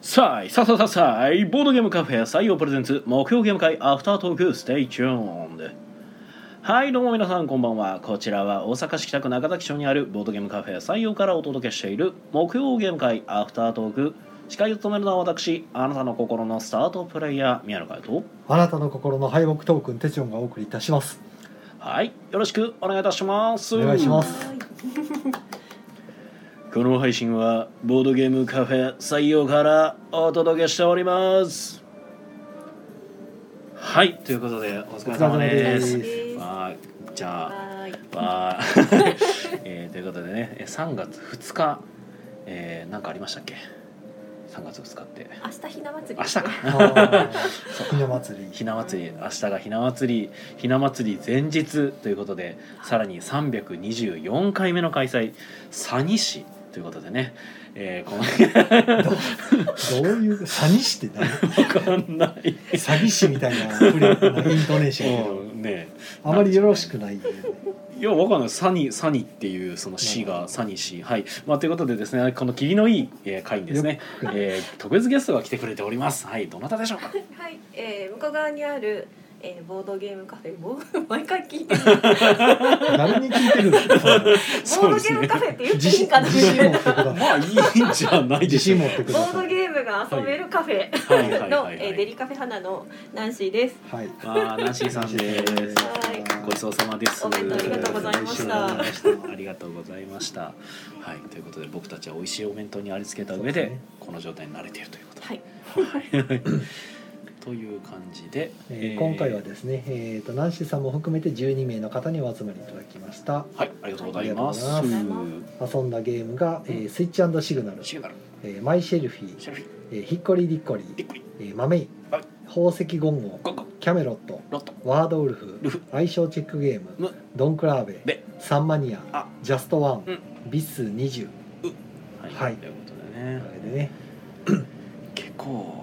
さあいさあさあさあさあいボードゲームカフェ採用プレゼンツ目標ゲーム会アフタートークステイチューンではいどうも皆さんこんばんはこちらは大阪市北区中崎町にあるボードゲームカフェ採用からお届けしている目標ゲーム会アフタートーク司会を務めるのは私あなたの心のスタートプレイヤー宮野海とあなたの心の敗北トークンテチョンがお送りいたし ます。はいよろしくお願いいたしますお願いしますこの配信はボードゲームカフェ採用からお届けしておりますはいということでお疲れ様でお疲れ様すですわーいじゃはい。あ わーいえーということでねえ3月2日えー、なんかありましたっけ3月2日って明日ひな祭り。明日か。あーひな祭り。ひな祭り明日がひな祭りひな祭り前日ということでさらに324回目の開催佐賀市ということでね、えー、このどういう詐欺師って何？わかんない詐欺師みたいなフレーズイントネーションやけど。うんねあまりよろしくないよね。いやわかんないサニサニっていうその市なるがほどサニ市はいまあということでですねこの霧のいいえー会にですね、えー、特別ゲストが来てくれておりますはいどなたでしょうか はい、えー、向こう側にある、えー、ボードゲームカフェ、ボー毎回聞いてる。ボー誰に聞いてるんですかそれ。そうドでゲすームねカフェって言って自いいん信かなみ自信た持いってな。くださまあいいんじゃないでい。自しょ信う持かってくボだーさドい。ゲームが遊べるカフェはいはいはいの、はいえー、デリカフェ花のナンシーです。はい。まあナンシーさんですごちそうさまです。お弁当ありがとうございましたありがとうございました。はい、ということで、僕たちは美味しいお弁当にありつけた上そでうですね、この状態に慣れているということで。はい。はいという感じで、えー今回はね。ですね、えっとナンシーさんも含めて12名の方にお集まりいただきました。はい、ありがとうございます。ありがとうござい遊んだゲームが、えースイッチシグナル、シグナル、えーマイシェルフィーシ、ェルフィ、えーヒッコリリッコリ、びっくり、えーマメイン、はい宝石ゴンゴン、ゴンゴン、キャメロット、ロット、ワードウルフルフ、相性チェックゲーム、ム、ドンクラーベベ、サンマニあア、ジャストワン、うんビス20。は、はいいということでこね、れでね、結構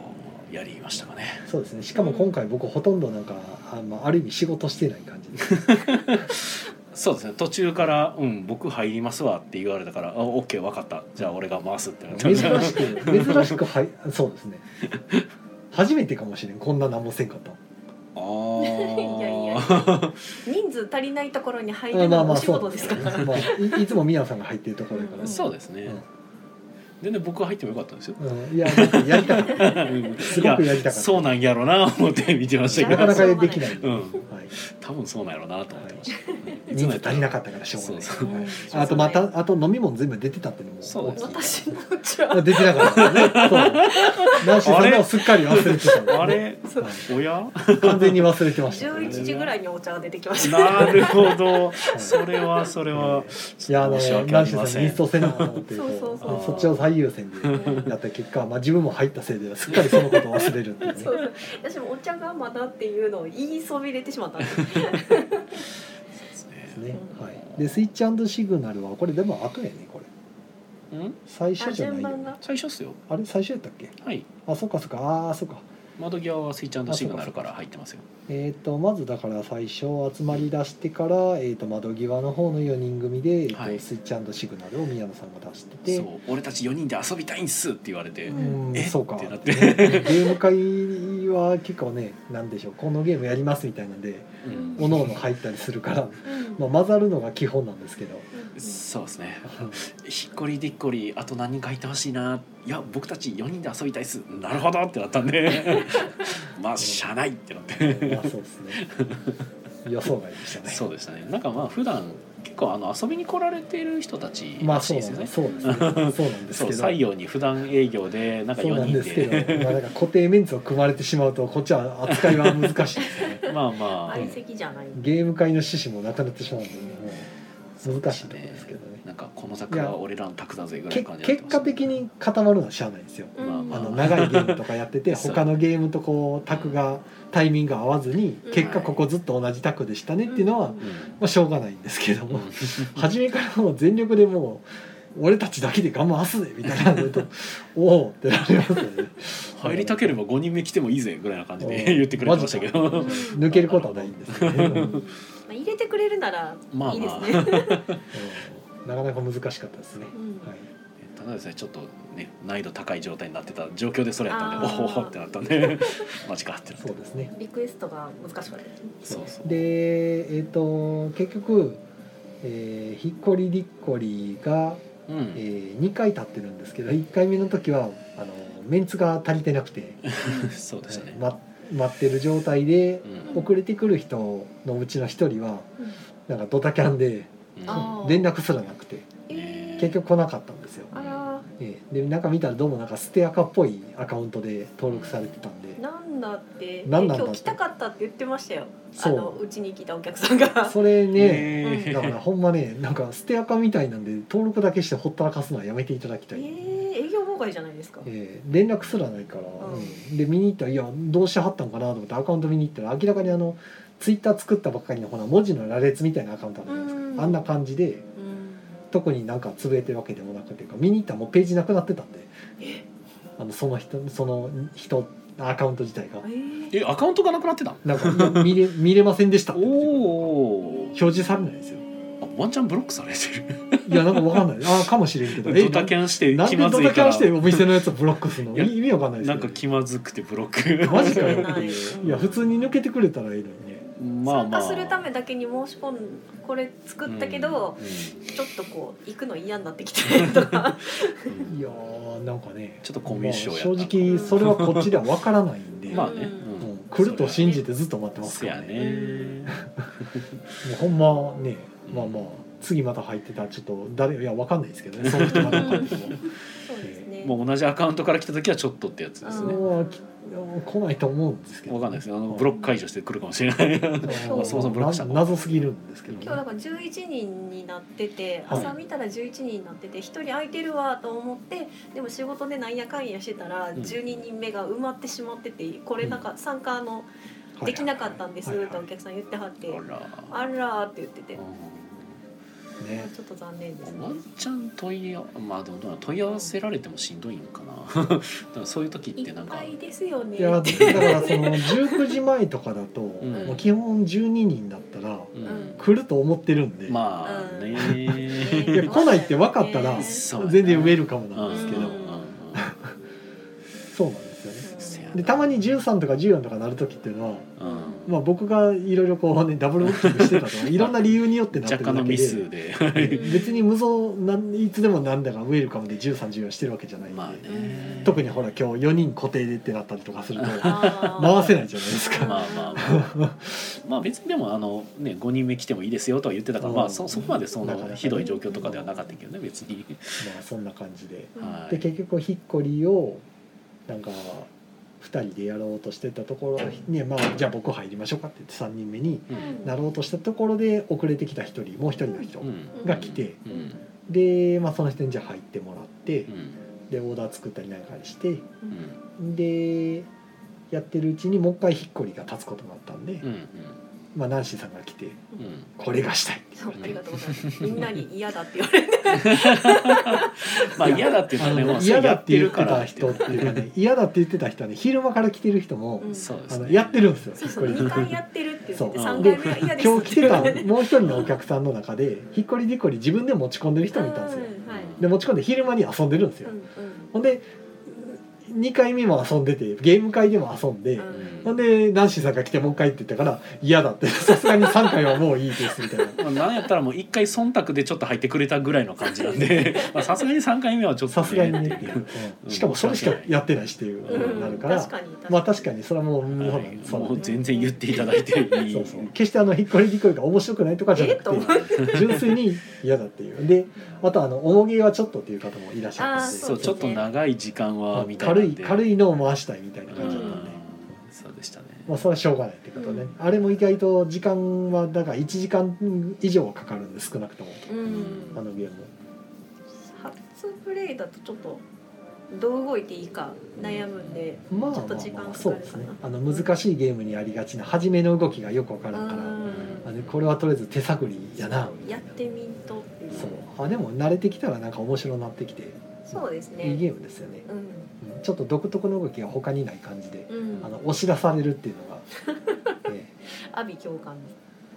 やりましたかね。そうですね。しかも今回僕ほとんどなんかあまあある意味仕事してない感じ です。そうですね、途中から、うん、僕入りますわって言われたから、あ、オッケー、わかった、じゃあ俺が回すってなってま珍した。しく珍しくはいそうですね。初めてかもしれん。こんな何もせんかったの。あ あ。いやいや人数足りないところに入あるのまあはまあお仕そ事うですから。まあいいつもミヤさんが入ってるところだから。そうですね。うん全然僕は入ってもよかったんですよ。うん、いやなんかやりたかった。すごくやりたかったいそうなんやろな思って見てましたけなどかなかできない。うんはい。多分そうなんやろなと思ってました、いつ人も数やった足らりなかったからしょうがない。そうそううんあとまたあと飲み物全部出てたっていうのもそうです私のうちはあ出てなかったね。そう。ナンシーさんのをすっかり忘れてたんだねあれそうおや完全に忘れてましたね、 11時ぐらいにお茶が出てきました。なるほどそれはそれはうんいやあの申し訳あナンりシーまさせんにイんンストせなあかんっていうそうそうそうあそっちを最優先でやった結果、まあ、自分も入ったせいですっかりそのことを忘れるんでねそうそう私もお茶がまだっていうのを言いそびれてしまったんですですね、はい、でスイッチシグナルはこれでも後やねこれうん最初あじゃない順よ、番ねが、最初っすよあれ最初やったっけはいあそっかそっかあーそっか窓際はスイッチシグナルから入ってますよえー、とまずだから最初集まり出してから、えー、と窓際の方の4人組で、えーとはいスイッチシグナルを宮野さんが出してそてう俺たち四人で遊びたいんすって言われて、うんえそうかってなってねゲーム会は結構ねなんでしょうこのゲームやりますみたいなんでうんおのおの入ったりするから、まうあ、ん混ざるのが基本なんです けどそうですねひっこりでっこりあと何人かいてほしいないや僕たち4人で遊びたいっすなるほどってなったん でまあしゃあないってなってまあそうですね予想外でしたねそうでしたねなんかまあ普段結構あの遊びに来られてる人たちまらあしいそうでなすんよでねすそうなんですそうなんですそうけど採用に普段営業でなんかそうな4ん人ですけでど、まあ、なんか固定メンツを組まれてしまうとこっちは扱いは難しいですよ ねまあまあ相席じゃない。ゲーム会の趣旨もなくなってしまうんで、ね、もう難しいところですけどねなんかこの桜は俺らの託だぜぐらいけの感じになっ結てました果的に固まるのはしゃあないんですよまあのま長いゲームとかやっててそう他のゲームとこうタクがタイミング合わずにうん結果ここずっと同じタクでしたねっていうのは、まあ、しょうがないんですけどうんも 初めからもう全力でもう俺たちだけで我慢すねみたいなの言うとおおってなりますよね入りたければ5人目来てもいいぜぐらいな感じでうん言ってくれてましたけうどんま抜けることはないんですけどね、うんあ入れてくれるならまあまあいいですね。なかなか難しかったですね、うんはい、えっただですねちょっとね難易度高い状態になってた状況でそれやったんであーおおってなったんで マジかってなってそうですねリクエストが難しくなる。そうそうでえっ、と結局、えーひっこりりっこりが、うえん2回立ってるんですけど1回目の時はあのメンツが足りてなくて、そうでしたねま待ってる状態でうん遅れてくる人のうちの1人はうんなんかドタキャンでうんあー連絡すらなくてえー結局来なかったんですよ。あらええでなんか見たらどうもなんか捨てアカっぽいアカウントで登録されてたんでーなんだって。なんなんだってえ今日来たかったって言ってましたよ。そあうのうちに来たお客さんが。それねねえだからほんまねなんか捨てアカみたいなんで登録だけしてほったらかすのはやめていただきたえい、ー、営業妨害じゃないですか。ええ連絡すらないから、んうんで見に行ったらいやどうしてはったんかなと思ってアカウント見に行ったら明らかにあのツイッター作ったばっかりのほら文字の羅列みたいなアカウントあるじゃないですうんかあんな感じでうん。特になんか潰れてるわけでもなくていうか見に行ったらもうページなくなってたんであのその人その人アカウント自体がえーえアカウントがなくなってたなんかいや見れ見れませんでしたってお言ってくるお表示されないですよ。あワンチャンブロックされてるいやなんかわかんないああかもしれんけ どドタキャンしてなん気でまドずいタキかャンしてらお店のやつをブロックするのいや意味わかんないですなよんねか気まずくてブロックマジかよ なっていいういや普通に抜けてくれたらいいのにねまあ参ま加あするためだけに申し込んこれ作ったけど、うちょっとこう行くの嫌になってきてとかんうんいやーなんかねちょっとコミュ障やったまあ正直それはこっちではわからないんで、 まあね、うんもう来ると信じてずっと待ってますそかやらねねもうほんまねうんまあまあ次また入ってたらちょっと誰いやわかんないですけどねその人がどうかってもそうですね。もう同じアカウントから来た時はちょっとってやつですねうもうき来ないと思うんですけど、わかんないですねあのうんブロック解除してくるかもしれないそ うまあそもそもブロックしたのな謎すぎるんですけどね、今日だから11人になっててはい朝見たら11人になってて1人空いてるわと思ってでも仕事でなんやかんやしてたらうん12人目が埋まってしまっててこれなんか参加のはいできなかったんですはいとお客さん言ってはってあらあらーって言っててねちょっと残念ですねワンチャン問い合わまあでもどうなの問い合わせられてもしんどいのかな だからそういう時っいてなんっかぱいですよねいやだからその19時前とかだと、んもう基本12人だったうらん来ると思ってるんで、まあねいや来ないって分かったらねそうやな全然ウェルカムう なんですけど、んうんそうなんですよね。せやでたまに13とか14とかなる時っていうのは、うんまあ、僕がいろいろこうねダブルブッキングしてたと かいろんな理由によってなって若干るのだけミでスで別に無造なんいつでもなんだかウェルカムで1314してるわけじゃないんで、まあね特にほら今日4人固定でってなったりと かすると回回せないじゃないですか。まあまあまあまあ別にでもあのね5人目来てもいいですよとは言ってたから、うんまあそそこまでそなかなかのねひどい状況とかではなかったけどね別に、まあそんな感じではい、で結局ヒッコリをなんか2人でやろうとしてたところに、まあ、じゃあ僕入りましょうかって言って3人目にうんなろうとしたところで遅れてきた1人もう1人の人うんが来て、うんで、まあ、その人にじゃあ入ってもらってう、んでオーダー作ったりなんかしてうんでやってるうちにもう一回ヒッコリが立つことになったんで、うんまあ、ナンシーさんが来てうんうん「これがしたい」そうありがとうございますみんなに嫌だって言われてまあ嫌だって言っあたね、ま あ、のそれ嫌だって言やってた人っていうかね嫌だって言ってた人はね昼間から来てる人も、うんそうであすのねやってるんですよ。そうそうヒッコリ2回やってるって言ってそう3回目は嫌です今日来てた って言われもう一人のお客さんの中でひっこりじっこり自分で持ち込んでる人もいたんですようんはいで持ち込んで昼間に遊んでるんですようんうんほんで2回目も遊んでてゲーム会でも遊んでうんほんでナンシーさんが来てもう一回って言ったから嫌だってさすがに3回はもういいですみたいなまあ、なんやったらもう一回忖度でちょっと入ってくれたぐらいの感じなん でまあさすがに3回目はちょっとさすがにねってっていういう、うんしかもそれしかやってないしっていうことになるから確かに確かにまあ確かにそれはもううんそうはなんいですもう全然言っていただいていいそうそう決してあのひっこりぎっこりが面白くないとかじゃなえっと思くて純粋に嫌だっていうでまたあの重げはちょっとっていう方もいらっしゃいまあーすそうちょっと長い時間はみたいな軽んいで軽いのを回したいみたいなう感じだったんでん、そうでしたね、まあ、それはしょうがないってことね、うあれも意外と時間はだから1時間以上はかかるんで少なくともうんあのゲーム初プレイだとちょっとどう動いていいか悩むんで、まあまちょあっと時間まかかるかあなそうですねあの難しいゲームにありがちな初めの動きがよくわかうらんからんあのこれはとりあえず手探りやなやってみんとっていうそうあでも慣れてきたらなんか面白になってきてそうですねいいゲームですよね、うんうんちょっと独特の動きが他にない感じでうんあの 押し出されるっていうのが、ええ阿鼻教官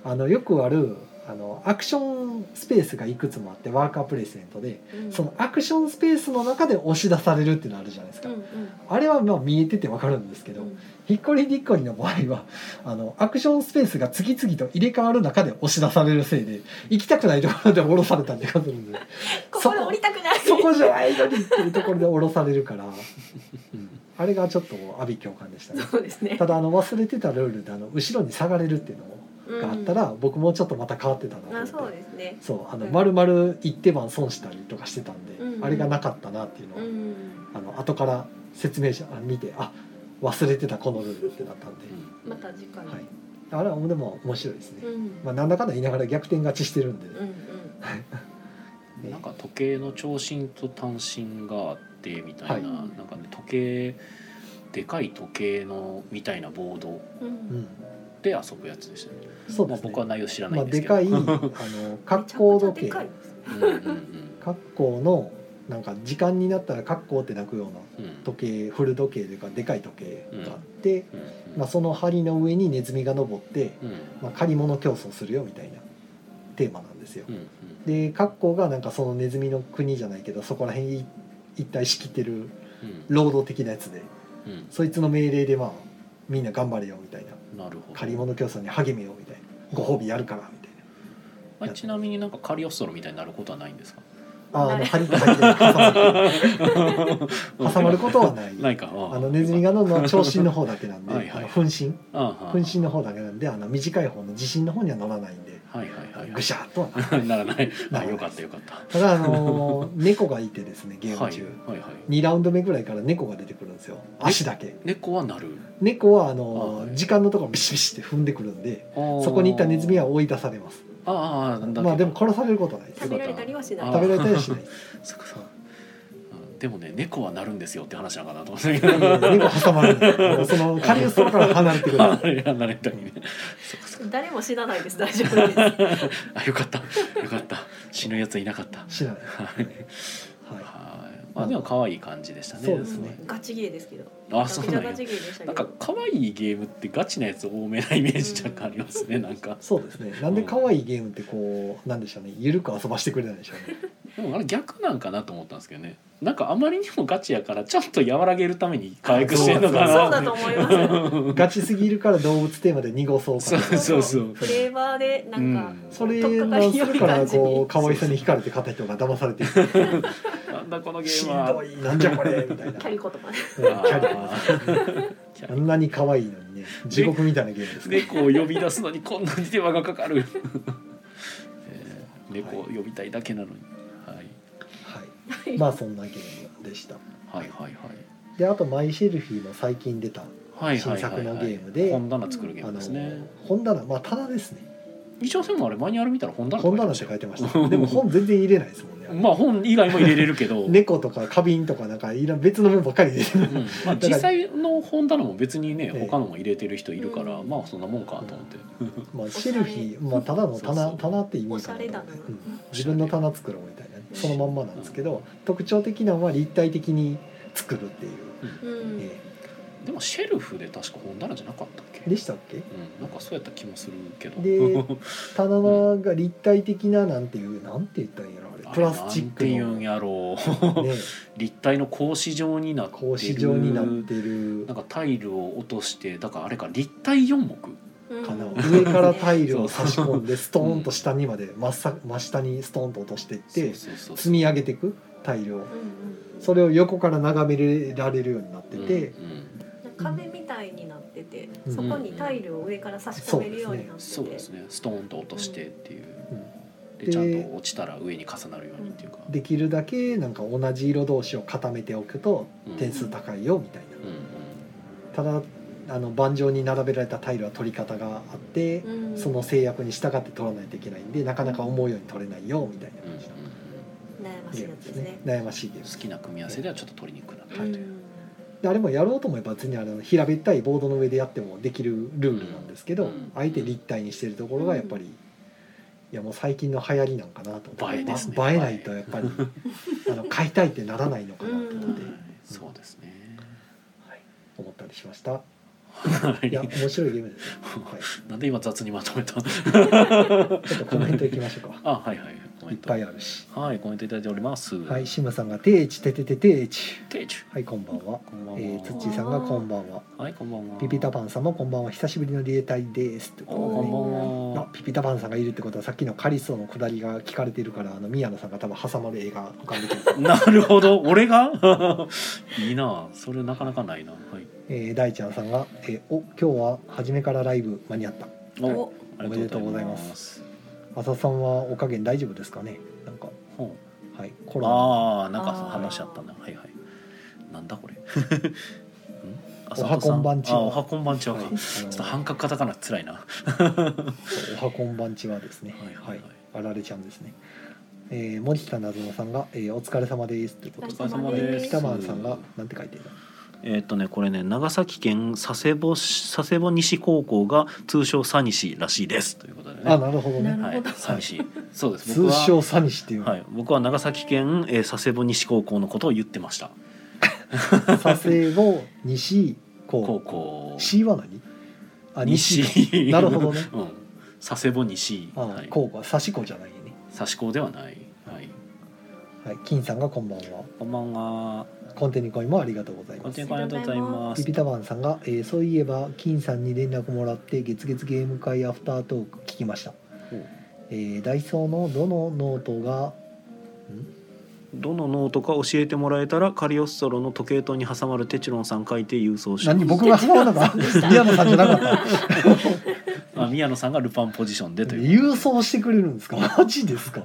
あのよくあるあのアクションスペースがいくつもあってワーカープレイスメントでうんそのアクションスペースの中で押し出されるっていうのあるじゃないですうか、んうんあれはまあ見えててわかるんですけど、うんひっこりにっこりの場合はあのアクションスペースが次々と入れ替わる中で押し出されるせいで行きたくないところで降ろされたりとかするん でここで降りたくないそこじゃないのにっていうところで降ろされるから、うんあれがちょっと阿鼻共感でしたね。そうですねただあの忘れてたルールであの後ろに下がれるっていうのもがあったら、僕もちょっとまた変わってたなとうんあ思そっうてですねそうあのうん丸々一手番損したりとかしてたんで、うんうんあれがなかったなっていうのうは、んあの後から説明書あ見てあ忘れてたこのルールってなったんで、また次回はい、あれはでも面白いですね、うんまあ、なんだかんだ言いながら逆転勝ちしてるんで、ねうんうんなんか時計の長針と短針があってみたいな、はいなんかね時計でかい時計のみたいなボードうんううんん、で遊ぶやつでしたね。そうまであすね、僕は内容知らなまいあ、んですでけど。かい あの格好時計めちゃくちゃでかいですねうんうんうん格好のなんか時間になったら格好って鳴くようなうん時計フル時計というかでかい時計があって、うんうんまあ、その針の上にネズミが登って、うんまあ、借り物競争するよみたいなテーマなんですよう。んで格好がなんかそのネズミの国じゃないけどそこら辺い一体仕切ってるうん労働的なやつでうんそいつの命令でまあみんな頑張れよみたいななるほど。借り物競争に励めよみたいなご褒美やるからみたいな。あちなみになんかカリオストロみたいになることはないんですか。あーあの針と針で 挟まる挟まることはない。ないか。ああのネズミがのの長身の方だけなんで、はいはいあの分身ああ分身の方だけなんであの短い方の地震の方には乗らないんではいはいはい。ぐしゃっとはな るならない。あならないよかったよかった。ただあ のー猫がいてですねゲームはい中、はいはい。 2ラウンド目ぐらいから猫が出てくるんですよ足だけ猫はなる。猫はあのあーはい時間のところビシビシって踏んでくるんでそそこに行ったネズミは。追い出されますああああなんだっけ。まあでも殺されることはないです食べられたりはしないあ食べられたりはしないですそっかそっそかううんでもね猫はなるんですよって話なのかなと思っいやいやて。猫挟まるんで もうそのカリウスとかから離れてくるあれなれたりね。そっかそっか誰も死なないです大丈夫ですあよかったよかった死ぬやついなかった。しない、はいはい、はい。まあでも可愛い感じでしたね。そうですねガチゲーですけどあそうなんやガチ。ゲーでしたなけんかど可愛いゲームってガチなやつ多めなイメージ若干ありますね。なんか。そうですねなんで可愛いゲームってこうなんでしょうねゆるく遊ばしてくれないんでしょうねでもあれ逆なんかなと思ったんですけどね。なんかあまりにもガチやからちょっと和らげるために可愛くしてんのかそうなっだて。と思いまガチすぎるから動物テーマで濁そうかそうなそうすそうそう。フレーバーでなんかうんそれ取っかかをりすよるりから感じこうに可愛さに惹かれて買った人が騙されてるなんだこのゲしーんムはど。いなんじゃこれみた いなキャリコとかねうんキャリあコあんなに可愛いのにね地獄みたいなゲームですから猫を呼び出すのにこんなに手間がかか る、えー猫を呼びたいだけなのに、はい、はいまあそんなゲームでしたはいはいであとマイシェルフィーも最近出たはいはいはい新は作いのはゲいームで本棚作るゲーあムのですね本棚まあただですね一応でもあれマニュアル見たら本棚本棚って書いてましたでも本全然入れないですもんね あれまあ本以外も入れれるけ ど、猫とか花瓶とかなんかいらん別のもんばっかり出てうるんまあ、実際の本棚も別にねええ他のも入れてる人いるから、うんまあそんなもんかと思って、まあ、シェルフィー、まあ、ただのそう棚そう棚って意味かおしゃなれとだなうん自分の棚作ろうみたいなねうんそのまんまなんですけど特徴的なのは立体的に作るっていう、うえんでもシェルフで確か本棚じゃなかったっけ、ーでしたっけうん、なんかそうやった気もするけどで 棚が立体的ななんていうなんて言ったらいいんやろあれプラスチックあれなんて言のねうんやろう立体の格子状になってる格子状になってるなんかタイルを落としてだからあれか立体四目うんかなうん上からタイルを差し込んでストーンと下にまで真っさ真下にストーンと落としていってそうそう積みみ上げていくタイルをうんうんそれを横から眺められるようになってて、うんうん壁みたいになってて、うんそこにタイルを上から差し込めるようになってて、そうですねストーンと落としてっていう、んでちゃんでと落ちたら上に重なるようにっていうか、できるだけなんか同じ色同士を固めておくとうん点数高いよみたいうんうんなただあの盤上に並べられたタイルは取り方があってうんその制約に従って取らないといけないんでなかなか思うように取れないよみたいなうんうんう感んじのゲー悩ましいやムでつですすねね。悩ましいゲームです好きな組み合わせではちょっと取りにくくなってうるという、んであれもやろうと思えば別にあの平べったいボードの上でやってもできるルールなんですけうどんあえて立体にしてるところがやっぱりいやもう最近の流行りなんかなと思って映えですね映えないとやっ ぱりあの買いたいってならないのかなと思ってそうですね思ったりしました。いや面白いゲームです、はなんで今雑にまとめたい、ちょっとコメントいきましょうかあはいはいコメいンっトぱいあるしはいコメントいただいておりますはいシムさんが「定置ててて定置定住」はいこんばんはこんばんは、えー、土井さんが「こんばんは」はいこんばんはピピタパンさんも「こんばんは久しぶりのリエタイです」っておこことんでねばんあはピピタパンさんがいるってことはさっきのカリストのくだりが聞かれてるからあの宮野さんが多分挟まる映画浮かんでき ます、なるほど俺が いいなそれなかなかないなはいえー、大ちゃんさんが「えーお今日は初めからライブ間に合った」おおありがとうございます浅田さんはお加減大丈夫ですかねなんかほはいコうロナああなんかあー話し合ったなはいはいなんだこれ んおはこんばんちはあおはこんばんちはかはいあちょのっと半角カタカナ辛いなはおはこんばんちはですねいはいはいあられちゃんですね、えー、森北なぞのさんが、えー「お疲れ様です」ってことおで疲れ様ですえー北満さんがなんて書いてるのえーっとねこれね長崎県佐世保市佐世保西高校が通称佐西らしいですということでねあなるほどなるねほどはい佐西そうです僕通は称サニシっていう、はい、僕は長崎県、えー佐世保西高校のことを言ってました佐世保西高高校西は何あ 西なるほどね、うん、佐世保西、あ、はい、高校は刺し子じゃないよね刺し校ではない、はい、はい金さんがこんばんはこんばんはコンテニコインもありがとうございごます清聴ありがとうございまビすビタバンさんが、えーそういえば金さんに連絡もらって月月ゲーム会アフタートーク聞きました、うんえーダイソーのどのノートがどのノートか教えてもらえたらカリオストロの時計塔に挟まるテチロンさん書いて郵送します何僕がそうなの か宮野さんじゃなかったあ宮野さんがルパンポジションでという、郵送してくれるんですかマジですか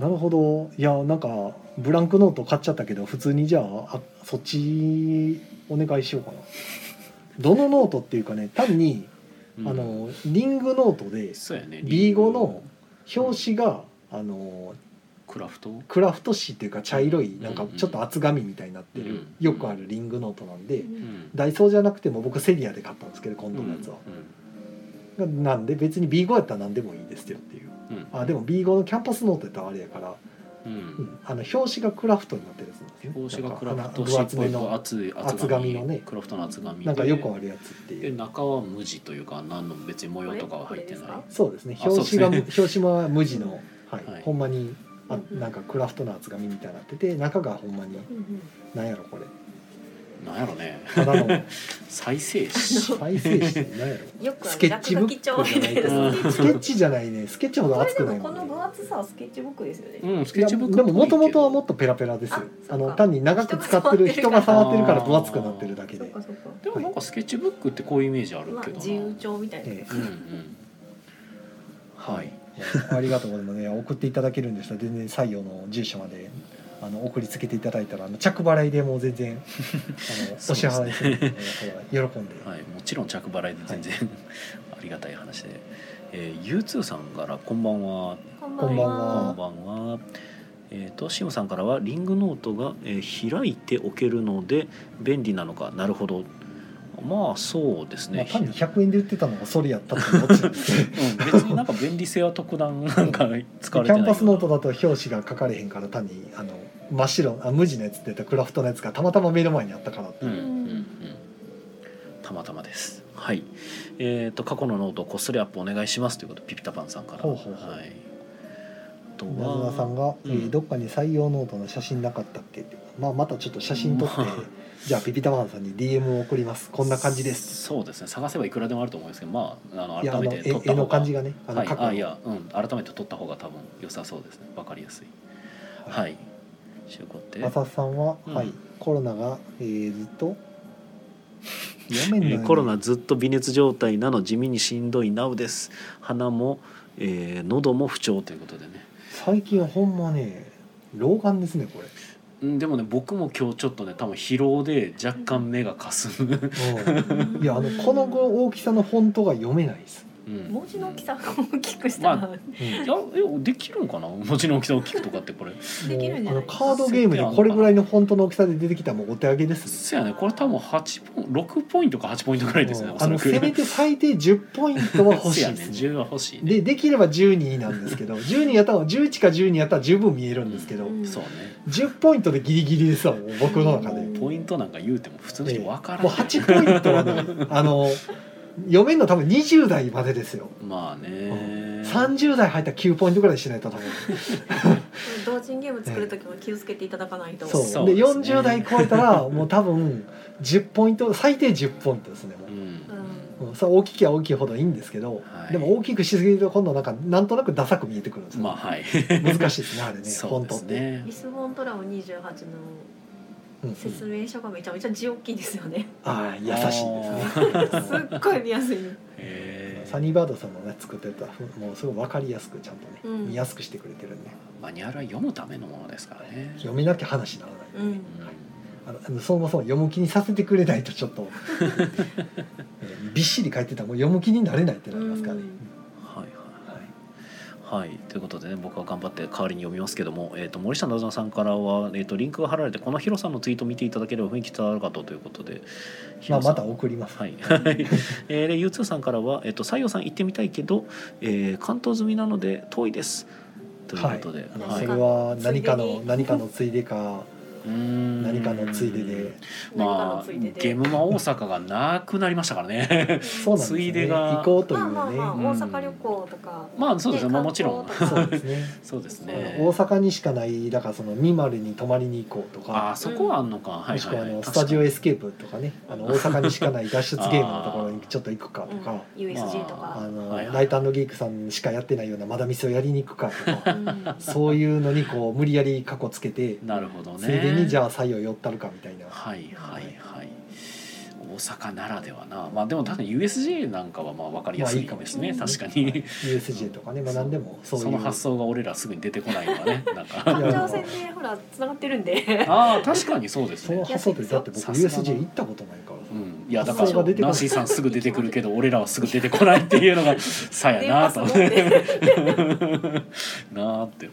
なはるほどいやなんかブランクノート買っちゃったけど普通にじゃああそっちお願いしようかなどのノートっていうかね単に、いうんあのリングノートでそうやね B5 の表紙があのクラフトクラフト紙っていうか茶色いんなんかちょっと厚紙みたいになってる、うんよくあるリングノートなんで、ううんんダイソーじゃなくても僕セリアで買ったんですけど今うん度のやつは、うなんで別に B5 やったら何でもいいですよっていうんうんあでも B5 のキャンパスノートやったらあれやから、うんうんあの表紙がクラフトになってるやつなんですね表紙がクラフトなんかあの分厚めのの厚い厚紙のねクラフトの厚紙なんかよくるあるやつってでいう中は無地というか何の別に模様とかは入ってないこそうですねあ表紙そが、うですね表紙は無地の、はいはいほんまにあうんうんなんかクラフトの厚紙みたいになってて中がほんまにうんうんなんやろこれなんやろね ただの再生 紙再生紙なんやろよくあスるケッチ落ブ書ックき帳みじゃなたいいかなうんスケッチじゃないねスケッチほどこれ厚でくないもこもんのね分厚さはスケッチブックですよね、うんスいケッやチブックでももともとはもっっとペラペラですよああそうのか単に長く使ってる人人がが触触ってってるるかからら分厚くなってるだけそうでかそうかぽいけどでもなんかスケッチブックってこういうイメージあるまあけどな、自由帳みたいな、えうんうんはいありがとうございますね送っていただけるんでしたら全然採用の住所まであの送りつけていただいたらあの着払いでもう全然あのお支払いするのではい喜んで、はい、もちろん着払いで全然、 ありがたい話で、えー、U2 さんからこんばんはこんこんばんはこんばんは。えー、とシムさんからはリングノートが、えー開いておけるので便利なのかなるほどまあそうですまあ、ね、単に100円で売ってたのがそれやったって思っちゃうんですけどうん、別になんか便利性は特段 なんか使われキてなャいンパスノートだと表紙が書かれへんから単にあの真っ白あ無地のやつって言ったらクラフトのやつがたまたま目の前にあったからってうんうんうんたまたまですはいえー、と過去のノートをこっそりアップお願いしますということピピタパンさんからほうほうほうはいあとなずなさんはが、えーうんどっかに採用ノートの写真なかったっけ?」って、まあ、またちょっと写真撮ってまあじゃあピピタマンさんに DM を送りますこんな感じですそうですね探せばいくらでもあると思うんですけどまああのいや改あめのて絵撮った絵方のが感じがねあのはい、過去の、あいや、うん、改めて取った方が多分良さそうですね。わかりやすい。はいい。集合って。浅田さんは、うんはい、コロナが、えーずっとやめんのよえねー コロナずっと微熱状態なの地味にしんどいなうです。鼻も、えー喉も不調ということでね。最近はほんまね老眼ですねこれうん、でもね、僕も今日ちょっとね、多分疲労で若干目がかすむ。う んいやあのこの大きさのフォントが読めないですうん文字の大きさを大きくしたら、まうんいやえできるんかな文字の大きさを聞くとかってこれできるんじゃもうあのないですカかードゲームにこれぐらいのフォントの大きさで出てきたらもうお手上げですそやねこれ多分八ポイン6ポイントか8ポイントぐらねいですねおあそらのくせめて最低10ポイントは欲し そいやでねすね10は欲しいねでできれば12なんで すけど12やったら11か12やったら十分見えるんですけど、うんそうね10ポイントでギリギリですわもう僕の中で、うんポイントなんか言うても普通の人分からもうない、 8ポイントはね あの読めんの多分20代までですよまあね30代入ったら9ポイントぐらいしないと多分同人ゲーム作る時も気をつけていただかないと、そうそうでですね40代超えたらもう多分10ポイント最低10ポイントですねもうう、んうんうん、それは大ききゃ大きいほどいいんですけど、はいでも大きくしすぎると今度なんかなんとなくダサく見えてくるんですよ、まあはい難しいですねあれ ねそう本で当っすて、ねねリスボントラム28のうん、説明書がめちゃめちゃ字大きいですよね ああ優しいですね すっごい見やすい、へサーニーバードさんのね作ってたもうすごい分かりやすくちゃんとね、うん見やすくしてくれてるんでマニュアルは読むためのものですからね、読みなきゃ話にならうない、ん、あのあのそもそも読む気にさせてくれないとちょっと えーびっしり書いてたらもう読む気になれないってなりますからね、うはいはいははいい、ということでね僕は頑張って代わりに読みますけども、えー、と森下なずなさんからは、えー、とリンクが貼られてこのヒロさんのツイートを見ていただければ雰囲気伝わるかとということでヒまあ、ロさまんた送ります、はい、えー、で U2 さんからは「えっと西洋さん行ってみたいけど、えー関東済みなので遠いです」ということで、あのはそれいは何かついのでに何かのついでか何何かのついでで何かまのあついででゲームマ大阪がなくなりましたから ねそうなんですついでねが行こうというまあまあね、まあ、うん大阪旅行とか、まあそうですねまあもちろん観光とそうかですねそうです あのね大阪にしかないだからその三丸に泊まりに行こうとあかーそこはあんのか、はもいしはくいはあはいのス確タジかオにエスケープとかねあの大阪にしかない脱出ゲームのところにちょっと行くか とかうん USG とあか、の、はいはいライターのギークさんしかやってないようなまだ店をやりに行くかと うかんそういうのにこう無理やり過去つけてなるほどねついでにじゃあ採用寄ったるかみたいなはいはいはい大阪ならではなまあでも確かに USJ なんかはまあ分かりやすいですね、まあいい確かかもしれ ないに USJ とかねまあ何でもそうそいうの発想が俺らすぐに出てこないのは ねなん環かや状線でほらつながってる んでああ確かにそうですそのね発想ってだって僕さすがの USJ 行ったことないからうん、いやだか発想らが出てこないナンシーさんすぐ出てくるけど俺らはすぐ出てこないっていうのがさや電な波あとすごく てなあって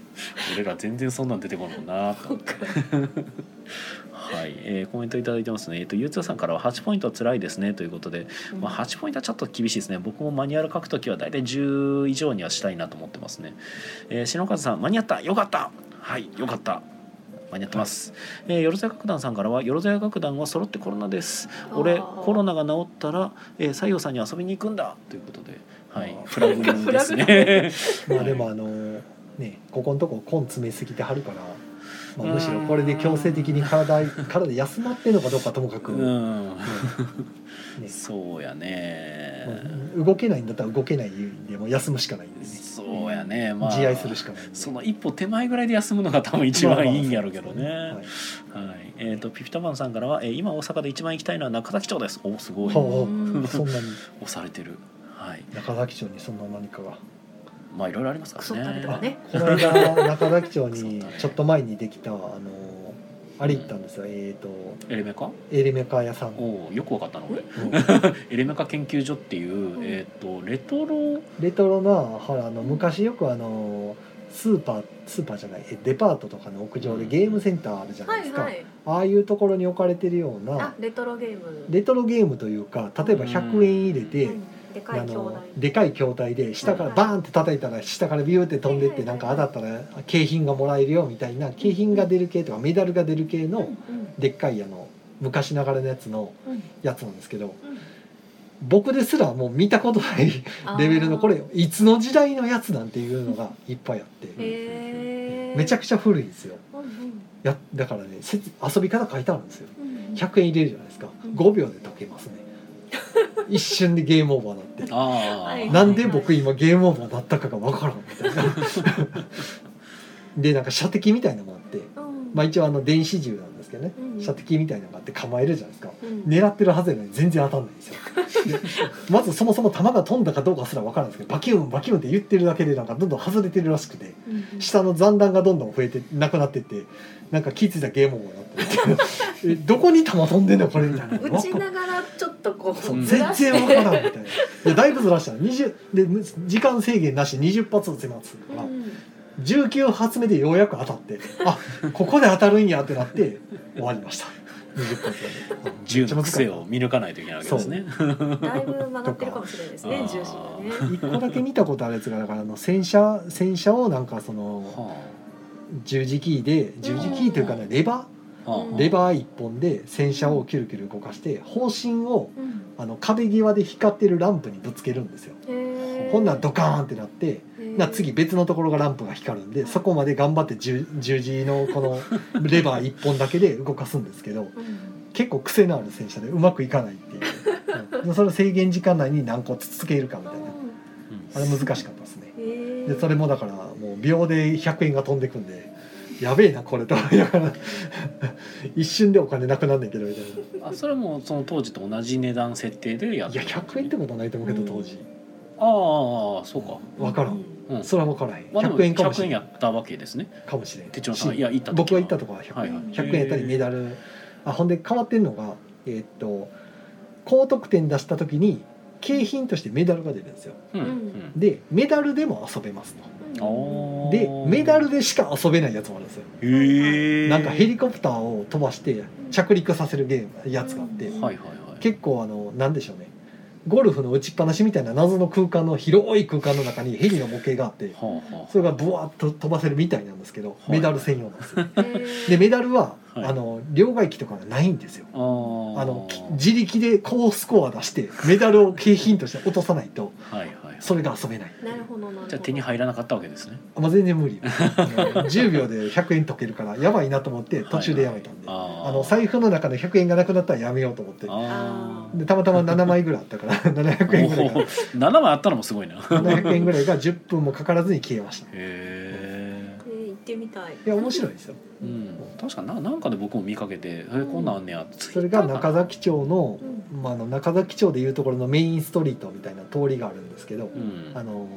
俺ら全然そんなん出てこないもんなあと思ってはい、えーコメントいただいてますねえっ、とゆうつさんからは8ポイントは辛いですねということで、まあ、8ポイントはちょっと厳しいですね僕もマニュアル書くときは大体10以上にはしたいなと思ってますね、えー、篠和さん間に合ったよかったはいよかった間に合ってます、えーよろずや楽団さんからはよろずや楽団は揃ってコロナです俺あーコロナが治ったら、えー、西洋さんに遊びに行くんだということではいあーフラグですフラねまあでもあのねここのとこ根詰めすぎてはるから、まあ、むしろこれで強制的に体体休まってんのかどうかともか く、うねんそうやねまあ動けないんだったら動けないんでもう休むしかないんです、ねそうやねまあ自愛するしかないんでその一歩手前ぐらいで休むのが多分一番いいんやろうけどね、まあまあそうですはい、えっ、とピピタマンさんからは、えー今大阪で一番行きたいのは中崎町です。お、すごい。押ほうほうんうそんなにされてる。はい、中崎町にそんな何かがまあいろいろありますかクソっらたりねと。かねこの間中崎町そうにだねちょっと前にできたあのあれ行ったんですよえっ、とエレメカ。エレメカ屋さん、おお、よくわかったの、 俺。うんエレメカ研究所っていう、うんえっ、と、レトロ。レトロなほらあの昔よくあのスーパースーパーじゃないえデパートとかの屋上でゲームセンターあるじゃなはいでいすか、はいああいうところに置かれてるようあなレトロゲームレトロゲームというか例えば100円入れて、うん、でかあい兄弟のでかい筐体で下からはいバーンって叩いたら下からビューって飛んでってはいはないんか当たったら景品がもらえるよみたいな景品が出る系とかメダルが出る系のうんでっかいあの昔ながらのやつのうんやつなんですけどうん僕ですらもう見たことないあーレベルのこれいつの時代のやつなんていうのがいっぱいあってへーめちゃくちゃ古いんですようんうんやだからねせつ遊び方書いてあるんですようん100円入れるじゃないですかうん5秒で解けますね一瞬でゲームオーバーになってあはいあ。なんで僕今ゲームオーバーになったかがわからんみたいなでなんか射的みたいなのもあってうんまあ一応あの電子銃なんですけどね、うん射的みたいなのがあって構えるじゃないですかうん狙ってるはずやのに全然当たんないんですよでまずそもそも弾が飛んだかどうかすら分からないんですけどバキューンバキューンって言ってるだけでなんかどんどん外れてるらしくてうんうん下の残弾がどんどん増えてなくなってってなんか気づいたらゲームオーバーになってるえどこに弾飛んでんのこれみたいな打ちながらちょっとこそううず全らして然わからんみたいないやだいぶずらしたの20でむ時間制限なし20発を迫つから、うん19発目でようやく当たってあここで当たるんやってなって終わりました20発目銃の癖を見抜かないといけないわけですね。だいぶ曲がってるかもしれないですねとか重心がね一個だけ見たことあるやつがだからあの戦車戦車をなんかそのは十字キーで十字キーというかねレバあはあーレバー一本で戦車をキュルキュル動かして砲身をうんあの壁際で光ってるランプにぶつけるんですよへーほんならドカーンってなってへーな次別のところがランプが光るんでそこまで頑張って十十字のこ のレバー1本だけで動かすんですけどうん結構癖のある戦車でうまくいかないって いう、うんそれを制限時間内に何個続けるかみたいなあれ難しかったですねへーでそれもだからもう秒で100円が飛んでくんでやべえなこれと思いながら 一瞬でお金なくなんねんけどみたいなうんあそれもその当時と同じ値段設定でやっいてや100円ってことはないと思うけど当時ああそうか、分からうんんうんそれは分からへんまあ、でも100円かもし100れ円んやったわけですねかもしれん手帳さんいや行った時は僕が行ったとこは100円はいはい100円やったりメダルあほんで変わってんのがえーっと高得点出した時に景品としてメダルが出るんですようんでメダルでも遊べますとうんああでメダルでしか遊べないやつもあるんですよへえなんかヘリコプターを飛ばして着陸させるゲームやつがあってはいはいはい結構あのなんでしょうねゴルフの打ちっぱなしみたいな謎の空間の広い空間の中にヘリの模型があってはあはそれがブワーッと飛ばせるみたいなんですけどいメダル専用なんですよへーでメダルははいあの両替機とかがないんですよあああのき自力で高スコア出してメダルを景品として落とさないとはいはいそれが遊べないなるほどなるほどじゃあ手に入らなかったわけですねまあ、全然無 理あの10秒で100円溶けるからやばいなと思って途中でやめたんで、あーあの財布の中の100円がなくなったらやめようと思ってあでたまたま7枚ぐらいあったから 700円ぐらいが7枚あったのもすごいなへ700円ぐらいが10分もかからずに消えました いええー行ってみたいや面白いですようん、確かななんかで僕も見かけて「えこんなんあんねや」それが中田崎町のう,、んまあ、あの中崎町でいうところのメインストリートみたいな通りがあるんですけど、うんあの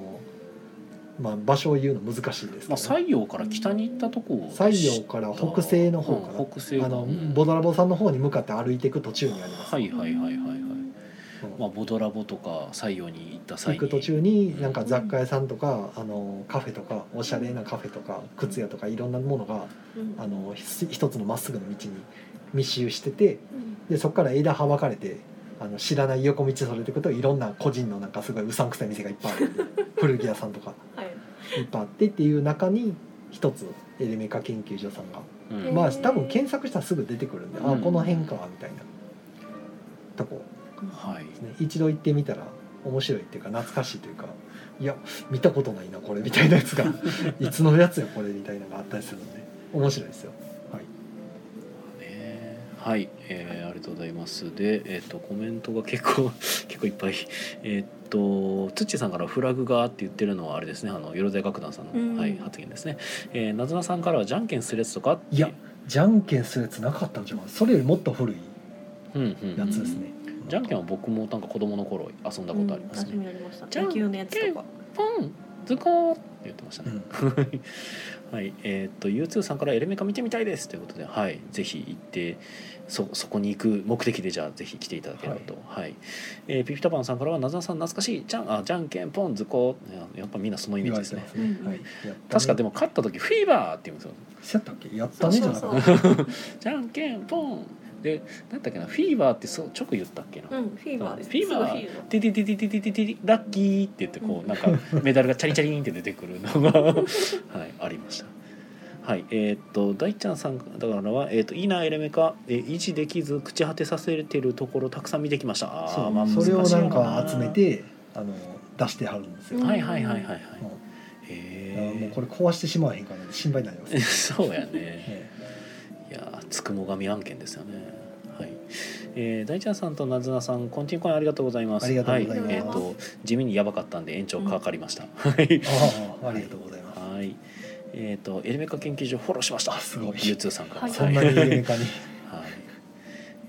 まあ、場所を言うの難しいですけど、まあ、西洋から北に行ったとこ西洋から北西の方かな、うん北西あのうんボドラボさんの方に向かって歩いていく途中にあります、はいはいはいはいはい、うんまあ、ボドラボとか西洋に行った際行にく途中になんか雑貨屋さんとかあのカフェとかおしゃれなカフェとか靴屋とかいろんなものがうんあのひ一つのまっすぐの道に密集しててうんでそこから枝はばかれてあの知らない横道それていくといろんな個人のなんかすごいうさんくさい店がいっぱいあるんで古着屋さんとかはいいっぱいあってっていう中に一つエレメカ研究所さんがうんまへあー多分検索したらすぐ出てくるんで、うあんこの辺かみたいなとこはいですね一度行ってみたら面白いっていうか懐かしいというかいや見たことないなこれみたいなやつ がいつのやつよこれみたいなのがあったりするんで面白いですよはいねはい、えーありがとうございますで、えっとコメントが結構 結構いっぱいえっとつっちーさんから「フラグが」って言ってるのはあれですねあのよろずや楽団さんの、うんはい、発言ですね、えー、なずなさんからは「じゃんけんするやつとか?」いやじゃんけんするやつなかったんじゃないそれよりもっと古いうんうやんつですね、じゃんけんは僕もなんか子供の頃遊んだことありますうん私もねやりましたじゃん野球のやつとか「ポンズコー!」って言ってましたうね、ん、はい、えーっと U2 さんからエレメカ見てみたいですということで、はい、ぜひ行ってそそこに行く目的でじゃあぜひ来ていただければと、はいえーピピタパンさんからは「なずなさん懐かしいじゃんあじゃんけんポンズコ」ややっぱみんなそのイメー言わジれですてまねすね、うんはい、確かでもも勝った時「フィーバー」って言うんですよやったっけやったそうねじそゃうなそかうった「じゃんけんポン」で何だっけな「フィーバー」ってそう直言ったっけな、うんフィーバーですフィーバーすごいフィーバティティティティティティティラッキーって言ってこうなんかメダルがチャリチャリンって出てくるのがはいありました。はいえーっと大ちゃんさんだからは、えーっといいなエレメカ、えー維持できず朽ち果てさせてるところたくさん見てきましたあそーうまあそれを難しいなよんか集めてあの出してはるんですよ、うんはいはいはいはいはい、うんあへーもうえこれ壊してしまわへんかなって心配になります、ねそうやねえいやーつくも神案件ですよね。はい。えー、大ちゃんさんとなずなさん、コンティニューコインありがとうございます。ありがとうございまはすい、えっ、と、地味にやばかったんで、延長かかりました。はい。えああありがとうございますはい。えっ、とエレメカ研究所フォローしました。すごいゆつさんから。はいそんなにはい。夢かに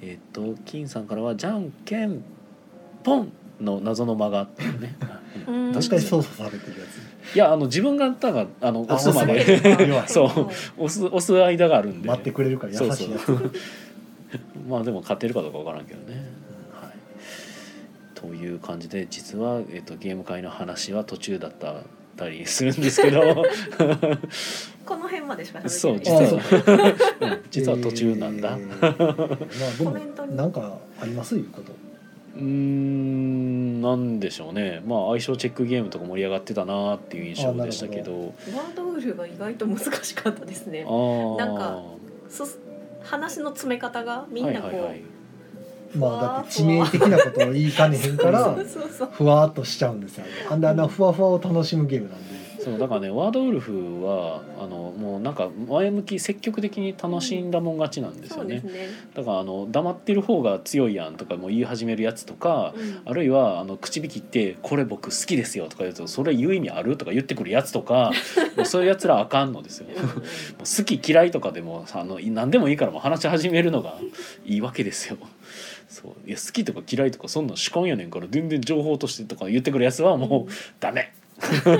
えっ、と金さんからはじゃんけんポンの謎の間があったよ ね。ううんん絶対操作されてるやついやあの自分がたがあの押すま押で弱いそう押す押す間があるんで。待ってくれるから優しいそうやつそうまあでも勝てるかどうかわからんけどね。はい、という感じで実は、えっとゲーム会の話は途中だったりするんですけ どこの辺までしか喋ってないそう実ああそうは、うん実は途中なんだ。え ーまコあメでントもになんかありますいうことうーんなんでしょうねまあ相性チェックゲームとか盛り上がってたなっていう印象でしたけどワードウルフが意外と難しかったですねあーなるほどそ話の詰め方がみんなこう、はいはいはい、まあだって致命的なことを言いかねへんからそうそうそうふわっとしちゃうんですよあんであんなふわふわを楽しむゲームなんでそうだからねワードウルフはあのもうなんか前向き積極的に楽しんだもん勝ちなんですそようねで。すね、だからあの黙ってる方が強いやんとかもう言い始めるやつとか、うんあるいはあの口引きって「これ僕好きですよ」とか言うと「それ言う意味ある?」とか言ってくるやつと かもうそういうやつらあかんのですよ。もう好き嫌いとかでもあのい何でもいいからもう話し始めるのがいいわけですよ。そういや好きとか嫌いとかそんなん主観やねんから全然情報としてとか言ってくるやつはもうダメ ダ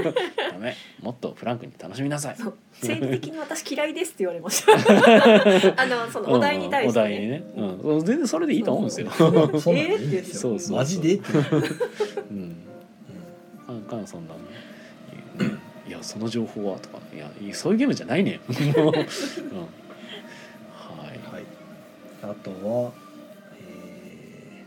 メもっとフランクに楽しみなさい。そう生理的に私嫌いですって言われました あのそのお題に対して、うんお題にね、うん、全然それでいいと思うんですよ。そんなんでいいんですそうよそうそうマジでってうんあかんそんなのいやその情報はとかいやいやそういうゲームじゃないね んもう、うん、はいはい、あとは、えー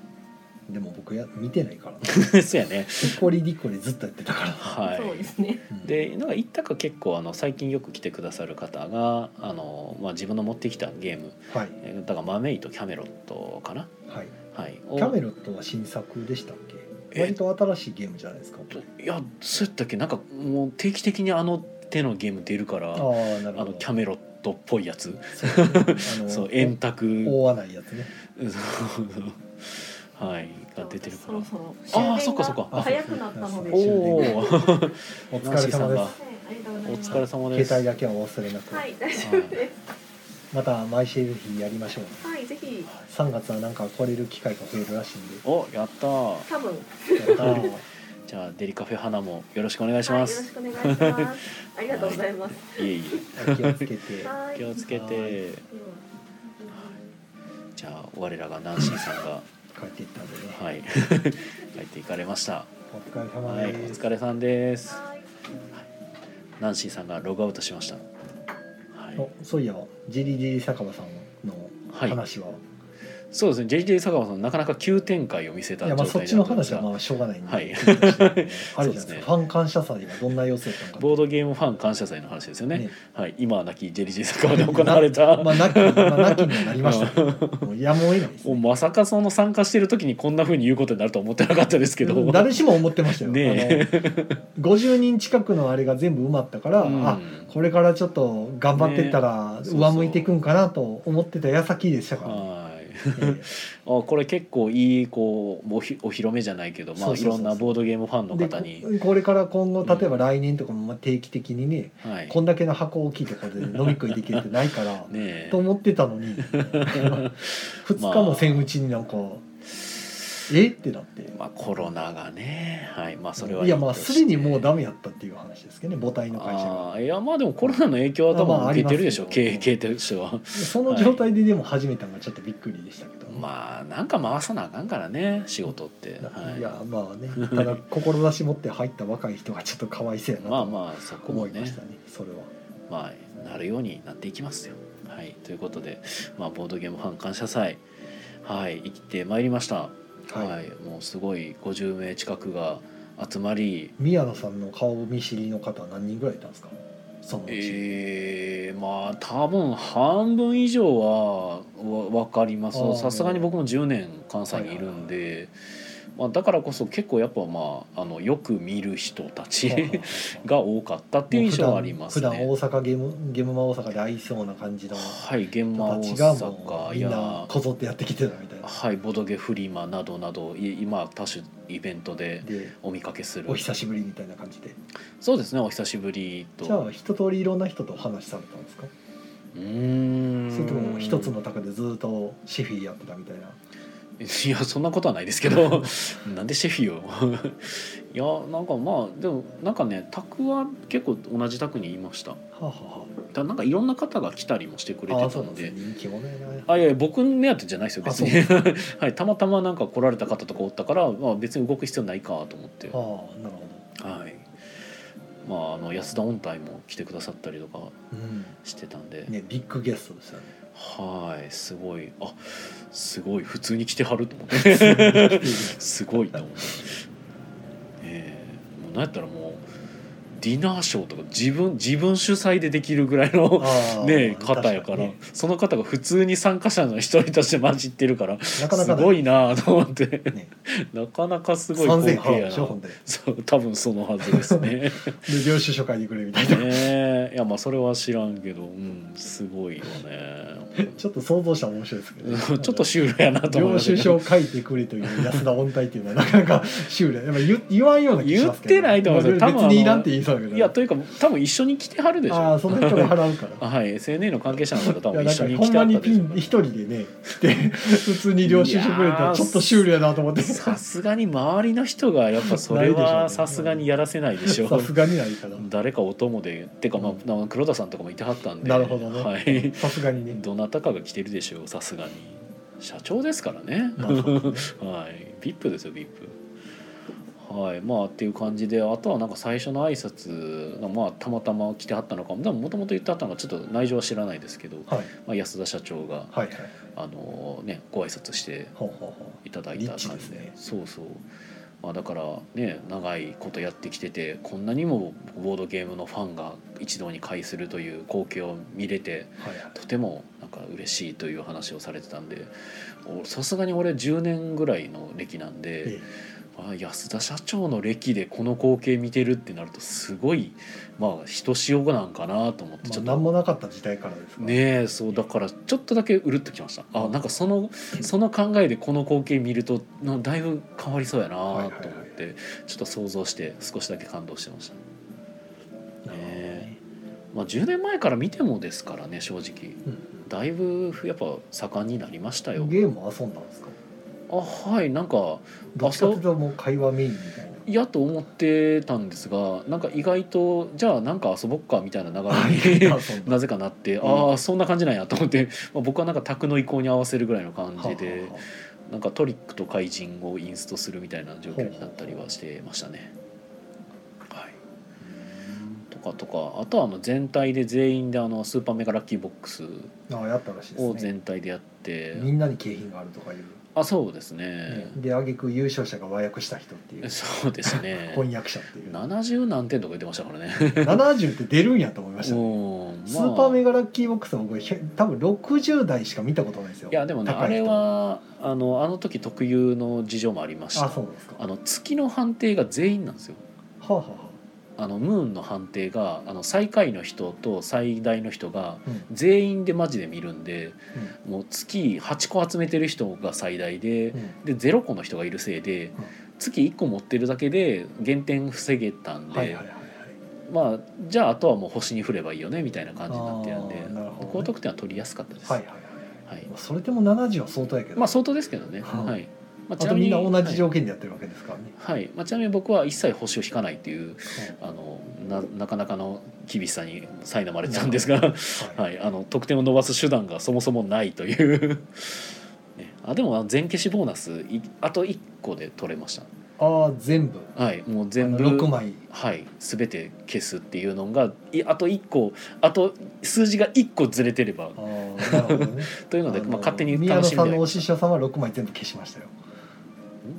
でも僕や見てないから な そうやねリコリリコリずっとやってたから、はそうでいすねうんでなんか言ったか結構あの最近よく来てくださる方があの、まあ、自分の持ってきたゲームはいえだからマメイとキャメロットかな、はいはい、キをャメロットは新作でしたっけえ割と新しいゲームじゃないですかいやそうやったっけなんかもう定期的にあの手のゲーム出るからあああなるのほどキャメロットっぽいやつそうあのそう円卓覆わないやつねうんそうそうはいが出てるからそろそろあーそっかそっか終電が早くなったのであそおうそうおーお疲れ様でナンシーさんがすはいありがとうございおます疲れ様です携帯だけはお忘れなく、はい大丈夫ですまた毎週日やりましょうはいぜひ3月はなんか来れる機会が増えるらしいんでおやったー多 分やったーじゃあデリカフェ花もよろしくお願いしはい、まよろすし、くお願いします。ありがとうござい ます。い、えいお気をつけてはえい。気をつけてじゃあ我らがナンシーさんが帰っていったんでね、はい 帰っていかれましたお疲れ様はいおです、疲れさんですはい。ナンシーさんがログアウトしましたはいおそういやジリジリ酒場さんのはい話は、そうですね JJ 坂本さんなかなか急展開を見せたい、や状まあそっ態ちになのってます話はがまあしょうがないんで、はいツイートしてあ そるうでじゃないですすかねファン感謝祭がどんな様子だったのかボードゲームファン感謝祭の話ですよねねはい今は亡きジェリジェ坂本で行われたまあなき,、まあ、なきにはなりましたけどもうやむを得ないです、もうね、まさかその参加してる時にこんな風に言うことになるとは思ってなかったですけど、うん誰しも思ってましたよ、ねあの50人近くのあれが全部埋まったから、うんあこれからちょっと頑張ってったらね上向いていくんかなと思ってた矢先でしたから、はいえあこれ結構いいこうおひお披露目じゃないけど、まそあ、ういそうそうろそうんなボードゲームファン のえ方に、でここれから今後例えうば来年とかもまあ定期的にね、はい、こねんだけの箱大きいところで飲み食いできるってな いから、えと思ってた のに2日もせんうちになんか、えってなって、まあ、コロナがね、はいまあ、それはいやまあとしてすでにもうダメやったっていう話ですけどね母体の会社があーいやまあでもコロナの影響は多まあま分あ受けてるでしょう、あ経り営ます経け営としてはその状態ででも始めたのがちょっとびっくりでしたけど、まあなんか回さなあかんからね仕事って、はいい、やまあねただ志持って入った若い人がちょっとかわいそうや なまあとまあそこも思いねましたねそれはまあ、なるようになっていきますよ。はい、ということで、まあ、ボードゲームファン感謝祭、はい、生きてまいりました、ははいいもうすごい50名近くが集まり、宮野さんの顔見知りの方は何人ぐらいいたんですかそのうち、えー、まあ多分半分以上はわ分かりますあーさすがに僕も10年関西にいるんで、まあ、だからこそ結構やっぱまああのよく見る人た ちっ が多かったっていう印象はあります普段ね。普段大阪ゲームゲームマ大阪で合いそうな感じのはい現場人大たちがも阪うみんやなこぞってやってきてたみたいな。はいボドゲフリマなどなどい今多種イベントででお見かけするお久しぶりみたいな感じで。そうですねお久しぶりとじゃあ一通りいろんな人とお話しされたんですか。うーんそれとも一つの宅でずっとシェフィーやってたみたいな。いやそんなことはないですけど なんでシェフィを いやなんかまあでもなんかね宅は結構同じ宅にいましたはあ、はただなんかいろんな方が来たりもしてくれあはあ、あてあたそうなんのですでね。人気者やな。あいやいや僕目当てじゃないですよあ別に、 はい、たまたまなんか来られた方とかおったから、まあ、別に動く必要ないかと思って、ははあ、なるほいまあ、あの安田音体も来てくださったりとかど。うん。してたんで、ね、ビッグゲスト ですよね。はいすごいあすごい普通に来てはると思って普通に 来ているすごいな思って、ええもうなんやったらもうディナーショーとか自分自分主催でできるぐらいのああね方やから確にねその方が普通に参加者の一人として混じってるからなかなすかごねいなと思ってねなかなか すごい光3000景払うやでなしょほんでそう多分そのはずですねで領収書書いてくれみたいな ねえいやまあそれは知らんけどうんすごいよねちょっと想像したら面白いですけど、うんちょっとシュールやなと思い領ました収け書どを書いてくれという安田音体っていうのはなかなかシュールやっぱ言言わんような気しますけ言ど、ってないと思うまあ多分あの別にいらんって言いそうだけどいやというか多分一緒に来てはるでしょああその人が払うか らはい SNA の関係者の方多いや分な一ん緒かにほ来てんはまったでにピしょン一人でね 来て普通に領収書くれたらちょっとシュールやなと思ってささすがに周りの人がやっぱそれないでしょうはねさすがにやらせないでしょすがにないから誰かお供でてかまうんあなんか黒田さんとかもいてはったんでなるほどねはいさすがにねどなたかが来てるでしょうさすがに社長ですからねまあそう はいビップですよビップはいまあっていう感じであとはなんか最初の挨拶がまあたまたま来てはったのかもでももともと言ってはったのがちょっと内情は知らないですけど、はいまあ、安田社長がはいはいあのねご挨拶してほうほうほいただいた感じリッでチですねそうそう、まあ、だからね長いことやってきててこんなにもボードゲームのファンが一堂に会するという光景を見れてうはいはいとてもなんか嬉しいという話をされてたんでおさすがに俺10年ぐらいの歴なんで、えあ安田社長の歴でこの光景見てるってなるとすごいまあひとしおなんかなと思ってえまちあょっと何もなかった時代からですからねえそうだからちょっとだけうるっときましたあなんかそのその考えでこの光景見るとなだいぶ変わりそうやなとはい思っはいはいて、ちょっと想像して少しだけ感動してました、なるほどねまあ、10年前から見てもですからね正直うんだいぶやっぱ盛んになりましたよゲームは遊んだんですかあはいなんかどっちかというともう会話メイ ンみたいな嫌と思ってたんですがなんか意外とじゃあなんか遊ぼっかみたいな流れに遊んだなぜかなって、ああそんな感じなんやと思って、まあ、僕はなんか卓の意向に合わせるぐらいの感じで。はなんかトリックと怪人をインストするみたいな状況になったりはしてましたね。はい、とかとかあとはあの全体で全員であのスーパーメガラッキーボックスあはあああやったらしいでをすね全体でやって、みんなに景品があるとかいう、あそうですねね、で挙句優勝者が和訳した人っていうそうです ね翻訳者っていう70何点とか言ってましたからね。 70って出るんやと思いましたねうんスーパーメまガラッキーボックスは僕ひゃ多分60代しか見たことないですよあいやでもね高あいれ人はあのあの時特有の事情もありましあたそうなんですかあはの月の判定が全員なんですよ。あ、はあはあのムーンの判定があの最下位の人と最大の人があうん全員でマジで見るんでもう月8個集めてる人が最大でうんうでん0個の人がいるせいでん月1個持ってるだけで減点防げたんはいではいはいはいまあじゃああとはもう星に振ればいいよねみたいな感じになってるんであーなるほどね高得点は取りやすかったです。はいはいはいはいまあそれでも70は相当やけど、まあ相当ですけどね。はあはいまああとみんな同じは条件でやってるわけですからね、いはいまあ、ちなみに僕は一切星を引かないっていううんあのななかなかの厳しさに苛まれてたんですが、 はい、あの得点を伸ばす手段がそもそもないという、 ね、あでもあの全消しボーナスいあと1個で取れましああ全部た、はい、もうあ全の部6枚はい、全て消すっていうのがいあと1個あと数字が1個ずれてればあーなるほどね というので、あまあ、勝手に宮野楽しさみんのおで師匠さんは6枚全部消しましたよ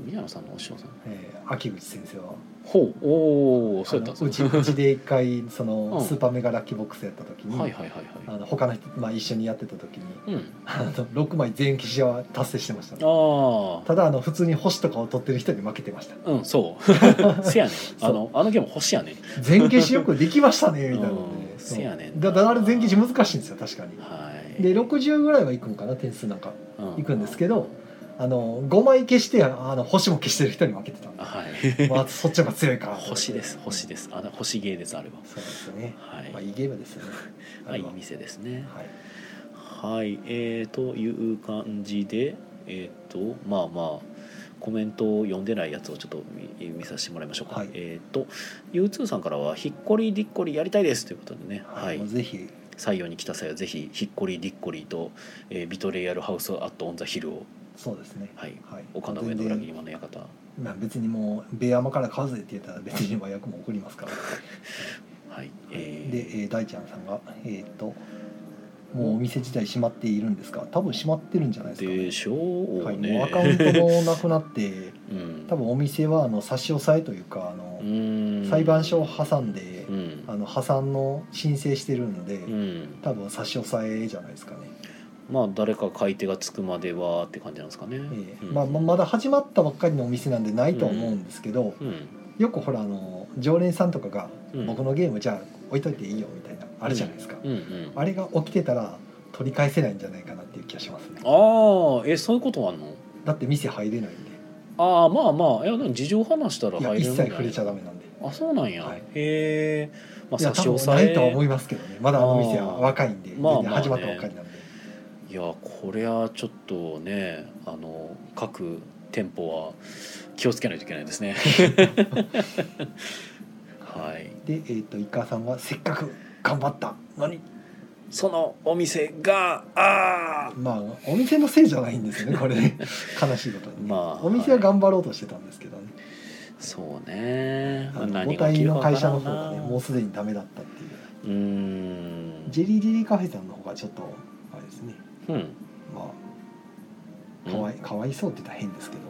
宮野さんのお師匠さんえー秋口先生はほうおおそうやったあのうちうちで一回その、うんスーパーメガラッキーボックスやった時に、はいはいはいはあの他の人、まあ、一緒にやってた時にいうんあの6枚全消しは達成してました、ね、ああただあの普通に星とかを取ってる人に負けてましたうんそう せやねんそあうのあのゲーム星やねん全消しよくできましたねみたいなねうんそうせやねんなだからあれ全消し難しいんですよ確かにはいで60ぐらいはいくんかな点数なんかうんいくんですけどあの5枚消してあの星も消してる人に負けてたんであはいまあそっちの方が強いから星です星ですあの星芸ですあれはそうですねはい、まあいいゲームですよねまあいい店ですねはいはいえー、という感じでえっ、とまあまあコメントを読んでないやつをちょっと見見させてもらいましょうか、はいえっ、と U2 さんからは「ひっこりりっこりやりたいです」ということでね、ははいい、もうぜひ採用に来た際はぜひ「ひっこりりっこりと」えービトレイヤルハウス・アット・オン・ザ・ヒル」を、そうですねはい、はい岡の上の裏切り魔の館まあ別にもう「ベアマから買うぜ」って言ったら別に和訳も送りますからはいえーで、えー大ちゃんさんが「えっ、ともうお店自体閉まっているんですか多分閉まってるんじゃないですか、ねでしょうはい、ね、もうアカウントもなくなって うん多分お店はあの差し押さえというかあのう、ん裁判所を挟んで、うんあの破産の申請してるので、うん多分差し押さえじゃないですかね、まあ誰か買い手がつくまではって感じなんですかね。ええうんまあ、ままだ始まったばっかりのお店なんでないとは思うんですけど、うん、よくほらあの常連さんとかがうん「僕のゲームじゃあ置いといていいよ」みたいなあるじゃないですか、うんうん、ああれが起きてたら取り返せないんじゃないかなっていう気がしますねあーえそういうことあんのだって店入れないんでああまあまあいやでも事情話したらいや入れ一るん切触れちゃダメメなんであそうなんや、はいへえまあいや差多し分押さないえとは思いますけどねまだあの店は若いんあーで全まあ然始まったばっかりなんで、いやこれはちょっとねあの各店舗は気をつけないといけないです ねはいでえっ、とイカさんはせっかく頑張ったのにそのお店がああまあお店のせいじゃないんですよ ねこれね悲しいことにね、まあお店は頑張ろうとしてたんですけどね、そうね、まあ、あの何母が起き体るかのわか会ら社のん方がなねもうすでにダメだったっていううーんジェリーリリーカフェさんの方がちょっとあれですねうんまあかわいかわいそうって言ったら変ですけど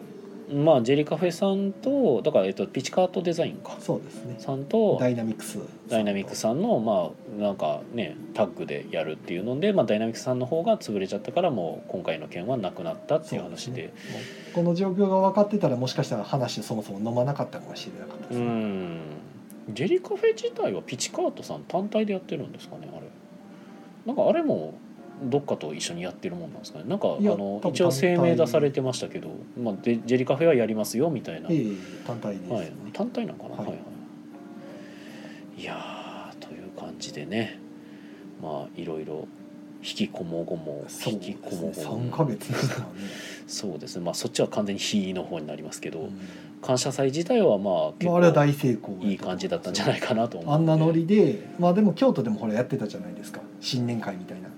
うんまあジェリカフェさんとだから、えっと、ピチカートデザインかそうですねさんとダイナミックスダイナミックさんのまあなんかねタッグでやるっていうので、まあ、ダイナミックさんの方が潰れちゃったからもう今回の件はなくなったっていう話でそうすねもうこの状況が分かってたらもしかしたら話をそもそも飲まなかったかもしれなかったでうすね、んジェリカフェ自体はピチカートさん単体でやってるんですかねあれなんかあれもどっかと一緒にやってるもんなんですかねなんかあいやの多分一応声明出されてましたけど、まあ、でジェリカフェはやりますよみたいなええ単体ですよはねい、単体なのかな、ははいいはい、いやーという感じでねまあいろいろ引きこもごもそう引できこすもねごも3ヶ月でしたからね、そうですねまあそっちは完全に「非の方になりますけど、うん感謝祭自体はまあ結まあ、あれは構大成功いい感じだったんじゃないかかなと思うあんなノでリでまあでも京都でもほらやってたじゃないですか新年会みたいな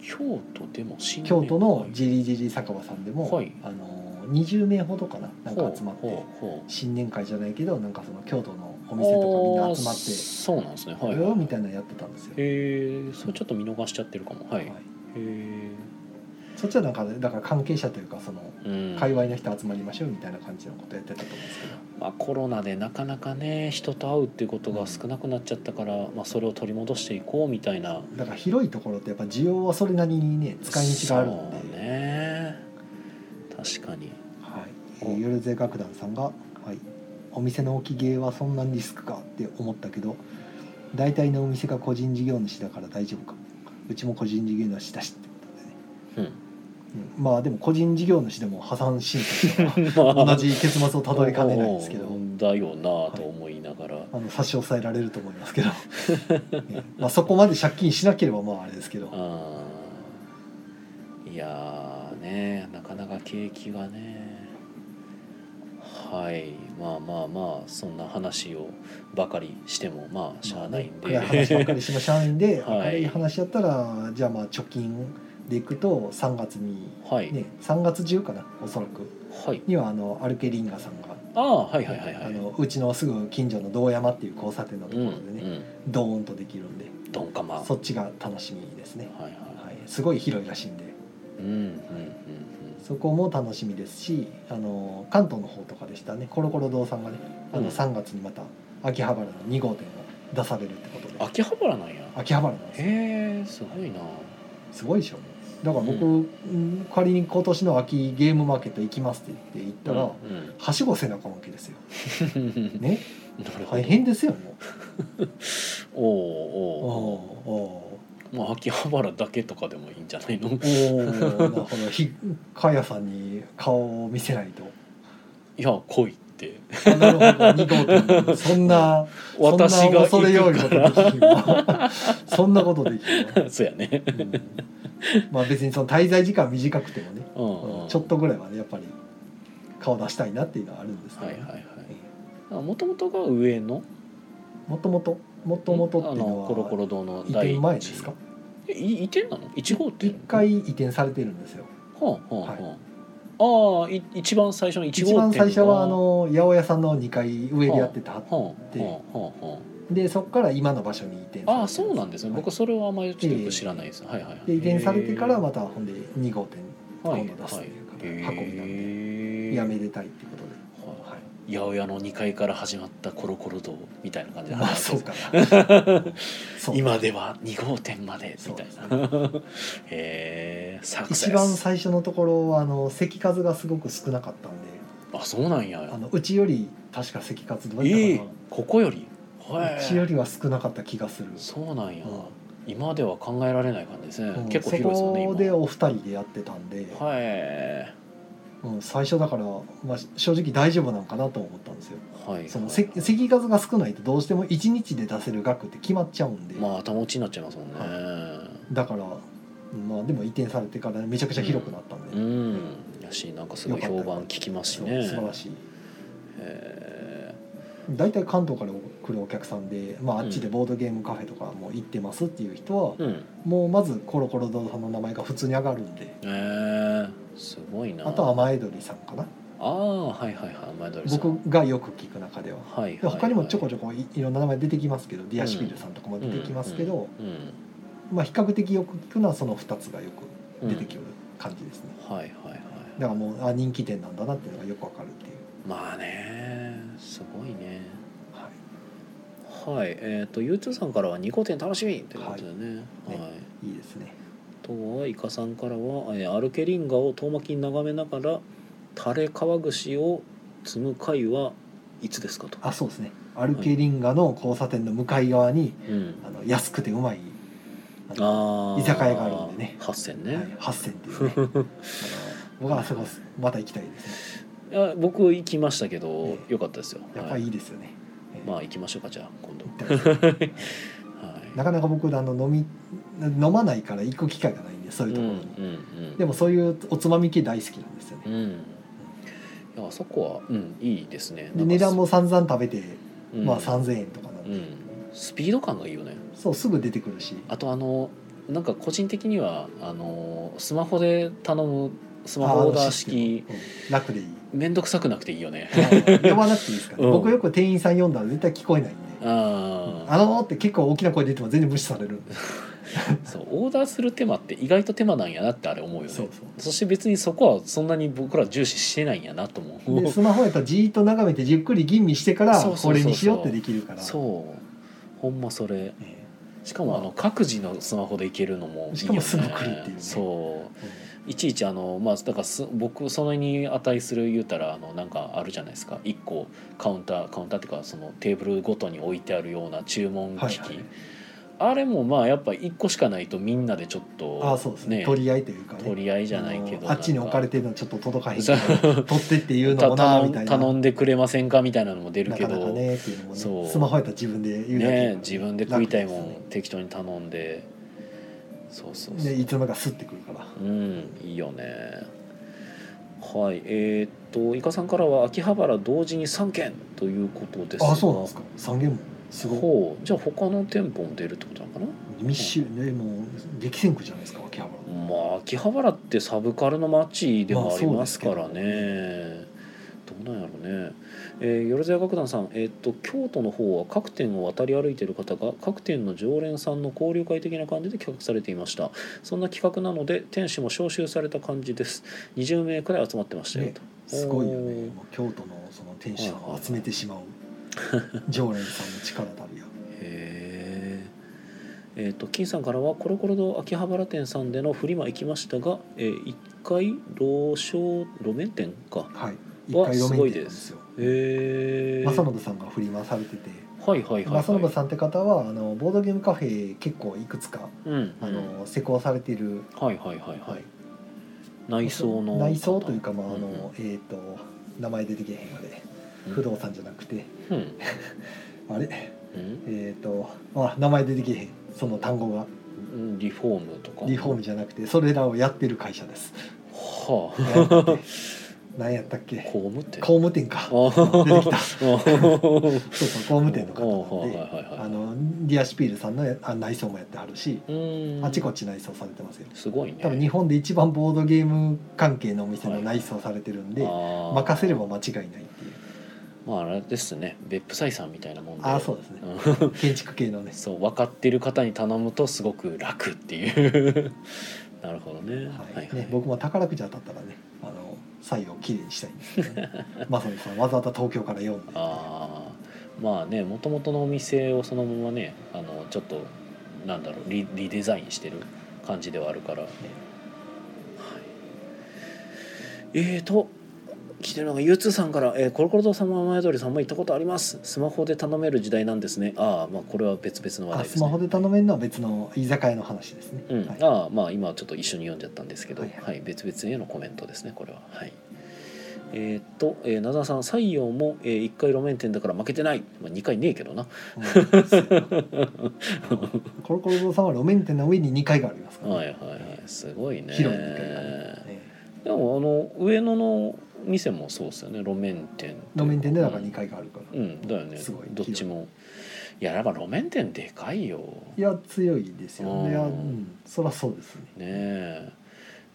京都でも新年京都のジリジリ酒場さんでも、はいあの20名ほどかななんか集まってほうほうほ新年会じゃないけどなんかその京都のおう店とかみんな集まっあーてそうなんですねはい、うわみはたいなのやってたんですよ、えそれちょっと見逃しちゃってるかもはい、はいへーそっちはなんかだから関係者というかそのうん界隈の人集まりましょうみたいな感じのことやってたと思うんですけど、まあ、コロナでなかなかね人と会うっていうことが少なくなっちゃったから、まあ、それを取り戻していこうみたいなだから広いところってやっぱ需要はそれなりにね使い道があるのそうで、ね確かにはいえー、よるぜ楽団さんが、はい「お店の置き芸はそんなリスクか?」って思ったけど大体のお店が個人事業主だから大丈夫かうちも個人事業主だしってことでね、うんうん、まあでも個人事業主でも破産申請した ら同じ結末をたどりかねないんですけどう。んだよなと思いながら、あの差し押さえられると思いますけど、 ねまあ、そこまで借金しなければまああれですけど、はあーいやーねなかなか景気がねはいまあまあまあそんな話をばかりしてもまあしゃあないんで、暗い話ばっかりして もしゃあないんで、はい明るい話やったらじゃあまあ貯金でいくと3月に、はい、ね、3月中かなおそらくはいにはあのアルケリンガさんが、ああはいはいはいはいあのうちのすぐ近所の堂山っていう交差点のとうこんろうでね、んドーンとできるんでドンカマはそっちが楽しみですね、いはいはい、すごい広いらしいんでうんうんそこも楽しみですしあの関東の方とかでしたねコロコロ堂さんがねあうんの3月にまた秋葉原の2号店が出されるってことでうん秋葉原なんや秋葉原なんですよへえすごいなすごいでしょだから僕、ううん仮に今年の秋ゲームマーケット行きますって言って行ったら、うんうんはしご背中向けですよ なねるほ大ど変ですよもおーおうお おまあ秋葉原だけとかでもいいんじゃない のーおーおーだからひかやさんに顔を見せないといや来いってあなるほど2号店 そんな私そんが行な恐れよいくこかとらできひんわそんなことできひんわ そうやねうんまあ別にその滞在時間短くてもね、うんうん ちょっとぐらいはねやっぱり顔出したいなっていうのはあるんですけはどいね、はいはいもともとが上のもともともともとっていうのあはコロコロ堂の移転一前ですかえい移転なの一号店一回移転されてるんですよはあはあはあ、ああい一番最初の一号一店が番最初はあの八百屋さんの2階上でやってた、はあはあではあはでそこから今の場所に移転されてあああそうなんですね、はい僕それはあまりちょっとよく知らないです、はいはいはいで移転されてからまたたほんで2号店今度出すっていうか、運びなんでやめでたいっていうことで、はい八百屋の2階から始まったコロコロ堂みたいな感じでまあそうかな そう 今では2号店までみたいな へえサクセス一番最初のところはあの席数がすごく少なかったんであそうなんやあのうちより確か席数どうえやっえたかここよりはな、いうちよりは少なかった気がする、そうなんや、うん今では考えられない感じですね、うん結構広いですよねそこ今でお二人でやってたんで、はいうん、最初だから、まあ、正直大丈夫なんかなと思ったんですよはいそのはいせ席数が少ないとどうしても1日で出せる額って決まっちゃうんで、まあ頭打ちになっちゃいますもんね、はだから、まあ、でも移転されてからめちゃくちゃ広くなったんで、うんやしなんかすごい評判聞きますしそうね素晴らしいへ大体関東から来るお客さんで、まあ、あっちでボードゲームカフェとかも行ってますっていう人は、えうんもうまずコロコロ堂さんの名前が普通に上がるんでええすごいなあとは前鳥さんかなああはいはいはい前鳥さん僕がよく聞く中では。はいはい、ではい、他にもちょこちょこいいろんな名前出てきますけど、ディアシピルさんとかも出てきますけど、うんうんまあ、比較的よく聞くのはその2つがよく出てきる、る感じですね、うんはいはいはいだからもうあ人気店なんだなっていうのがよくわかるっていう、まあねすごいねはい、はいえっ、とゆうちょさんからは2個点楽しみということでね、ははいいいいですねあとはイカさんからは、えー、アルケリンガを遠巻きに眺めながら垂れ川串を積む会はいつですかと、あそうですねアルケリンガの交差点の向かい側にうん、あの安くてうまいあのあー居酒屋があるんでね八千はいね、、 8ってい うねあの僕はあそこまた行きたいですねいや僕行きましたけどええ良かったですよやっぱはりいいいですよね、ええまあ行きましょうかじゃあ今度行ってますねは なかなか僕あの飲み飲まないから行く機会がないんでそういいううとんこうろに、んでもそういうおつまみ系大好きなんですようね、んうんいやあそこはうんいいですねで値段もなんか散々食べて、すうんまあ3,000円とかなんで、うんスピード感がいいよねそうすぐ出てくるしあとあのなんか個人的にはあのスマホで頼むスマホオーダー式あのシステムう ん楽でいいめんどくさくなくていいよねあの呼ばなくていいですから、ねうん僕よく店員さん呼んだら絶対聞こえないんで「ああのー」って結構大きな声で言っても全然無視されるんでーそうオーダーする手間って意外と手間なんやなってあれ思うよねそうそうそして別にそこはそんなに僕ら重視してないんやなと思でうスマホやったらじーっと眺めてじっくり吟味してからそうそうそうそうこれにしようってできるからそうほんまそれえしかもあの各自のスマホでいけるのもいいよ、ね、しかもすぐ来るっていうねそうえいちいちあのまあだからす僕それに値する言うたらあのなんかあるじゃないですか一個カウンターカウンターっていうかそのテーブルごとに置いてあるような注文機器、はいはいあれもまあやっぱ一個しかないとみんなでちょっうんあとあそうですね取り合いというかね取り合いじゃないけどあのあっちに置かれててるのちょっと届かへんそかうら取ってっていうのたもなたみたいな頼んでくれませんかみたいなのも出るなけかどなかねっていうのもそうねスマホやったら自分で言うだけだからね自分で食いたいも楽でん適当に頼んでそうそうすそねう、ねいつの間にかスッてくるからうんいいよねはいえーっといかさんからは秋葉原同時に3件ということですがあそうなんですか三軒もすごいほうじゃあ他の店舗も出るってことなのかな密集ねもう激戦区じゃないですか秋葉原まあ秋葉原ってサブカルの街でもありますからまあね、どうなんやろうねえー、よろずや楽団さん、えーっと京都の方は各店を渡り歩いている方が各店の常連さんの交流会的な感じで企画されていましたそんな企画なので店主も招集された感じです20名くらい集まってましたよ、ねとすごいよねおーもう京都のその店主を集めてし まう常連さんの力だるやへーえー、と金さんからは「コロコロ堂秋葉原店さんでのフリマ行きましたが、え1階路商路面店かはい一わ回路面店なんですよへえ正信さんが振り回されててはいはいはい、はい、正信さんって方はあのボードゲームカフェ結構いくつかうん、うん、あの施工されているはいはいはいははいい内装の内装というかまああうんうんのえっと名前出てけへんのでうん不動産じゃなくてうんあれうんえっとあ名前出てけへんその単語がうんリフォームとかリフォームじゃなくてそれらをやってる会 社ですはあ何やったっけ何やったっ工務店け工務店かあー出てきたそうそう工工務店のは方なんでいはいはいあのディアシュピールさんのあ内装もやってはるしうんあちこち内装されてますよすごいね多分日本で一番ボードゲーム関係のお店の内装されてるんで任任せれば間違いないっていうまああれですね別府採算みたいなもんでああそうですねうん建築系のねそう分かってる方に頼むとすごく楽っていう なるほどねははいいはいね僕も宝くじ当たったらねあの左右をきれいにしたいんですけ どねまさにさんわざわざ東京から読んであーまあねもともとのお店をそのままねあのちょっとなんだろうリリデザインしてる感じではあるから、はい、えーと来てるのが U2 さんから、えーコロコロ堂様は前通りさんも行ったことありますスマホで頼める時代なんですねああまあこれは別々の話あ題ですスねマホで頼めるのは別の居酒屋の話ですね、うんはいああまあ今はちょっと一緒に読んじゃったんですけど、ははいい別々へのコメントですねこれははいえーっと、えー、名沢さん採用も、えー、1回路面店だから負けてない、まあ、2回ねえけどなうんそうやなコロコロ堂さんは路面店の上に2階がありますから、はいはいはいすごいね広い2階があります、ねでもあの上野の店もそうですよね路面店路面店でだからうん2階があるから、ういんだよねすごいどっちもいややっぱ路面店でかいよねや強いですよねいや、ううんん、そりゃそうですねえ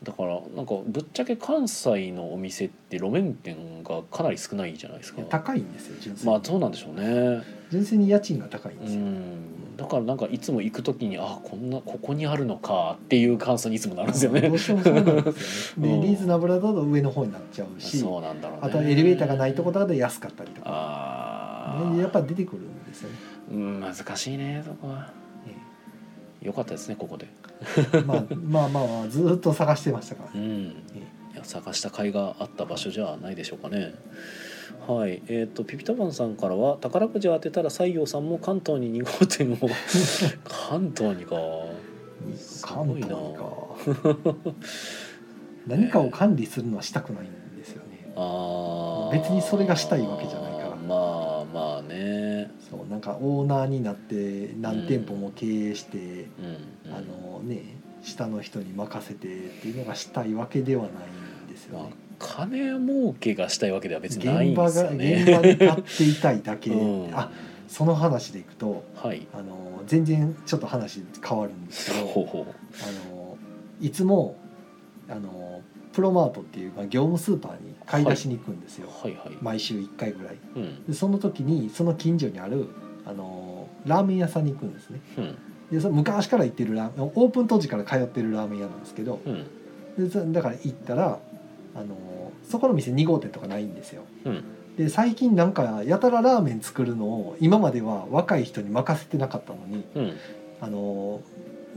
だからなんかぶっちゃけ関西のお店って路面店がかなり少ないじゃないですいかや高いんですよ純粋に、まあそうなんでしょうね純粋に家賃が高いんうですよ、んだからなんかいつも行く時にあこんなここにあるのかっていう感想にいつもなるんですよどねうしてもそうなんですよねうんでリーズナブルだと上の方になっちゃうしそうなんだろうねあとはエレベーターがないところで安かったりとか、ああね、やっぱ出てくるんですよね、うん難しいねそこは良かったですねここでええまあ、まあまあまあずーっと探してましたからうね、んえいや探した甲斐があった場所じゃないでしょうかね。はい、えっ、とピピタパンさんからは宝くじを当てたら西洋さんも関東に2号店 を関東にか。えす関ごいな東か 何かを管理するのはしたくないんですよねああ。別にそれがしたいわけじゃないからまあまあね。そうなんかオーナーになって何店舗も経営して、うん、うんあのね下の人に任せてっていうのがしたいわけではないんですよまあね、金儲けがしたいわけでは別にないん現で場すよが、ね。現場で立っていたいだけ、 うん、あその話でいくとはい。あの全然ちょっと話変わるんですけほうどほあのいつもあのプロマートっていう、まあ、業務スーパーに買い出しに行くんですよ、う。はいはい。毎週1回ぐらいうんでその時にその近所にあるあのラーメン屋さんに行くんですねうんでその昔から行ってるラーメンオープン当時から通ってるラーメン屋なんですけどうんでそだから行ったらあのそこの店2号店とかないんですようん。で最近なんかやたらラーメン作るのを今までは若い人に任せてなかったのにうんあの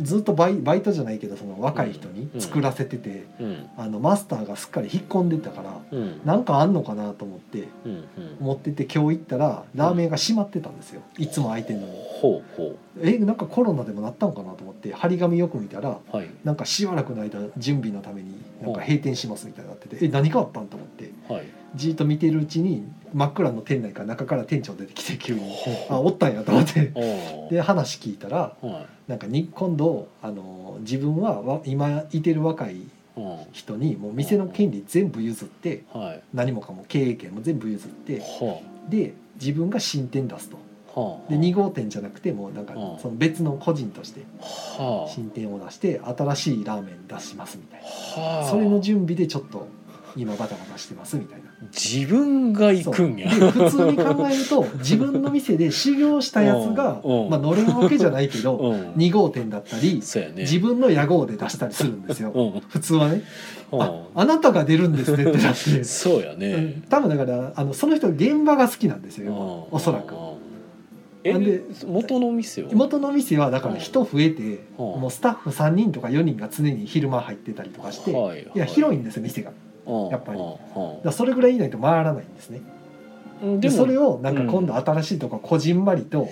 ずっとバイバイトじゃないけどその若い人にうん作らせてて、うんあのマスターがすっかり引っ込んでたからうんなんかあんのかなと思ってうんうん。持ってて今日行ったらラーメン屋が閉まってたんですよいつも開いてんのにほうほえなんかコロナでもなったのかなと思って張り紙よく見たらうはいなんかしばらくの間準備のためになんか閉店しますみたいになっててえ何があったんと思ってはいじーっと見てるうちに真っ暗の店内から中から店長出てきて急にほうあおったんやと思っておーで話聞いたらはいなんかに今度あの自分はわ今いてる若いうん人にもう店の権利全部譲ってはい何もかも経営権も全部譲ってはで自分が新店出すとあはあで2号店じゃなくてもうなんかうんその別の個人としては新店を出して新しいラーメン出しますみたいなあはあそれの準備でちょっと今バタバタしてますみたいな自分が行くんやそうで普通に考える と自分の店で修行したやつがうんうんまあ乗れるわけじゃないけど うん2号店だったりそうやね自分の屋号で出したりするんですようん普通はねうんああなたが出るんですねってなっ てそうやね、うん多分だからあのその人現場が好きなんですよ要はおそらくうんえなんで元の店は元の店はだから人増えてうんもうスタッフ3人とか4人が常に昼間入ってたりとかしていいや広いいんですよ店がだかやっぱりうんらそれぐらいいないと回らないんですねうんうんででそもれをなんか今度新しいとここじんまりと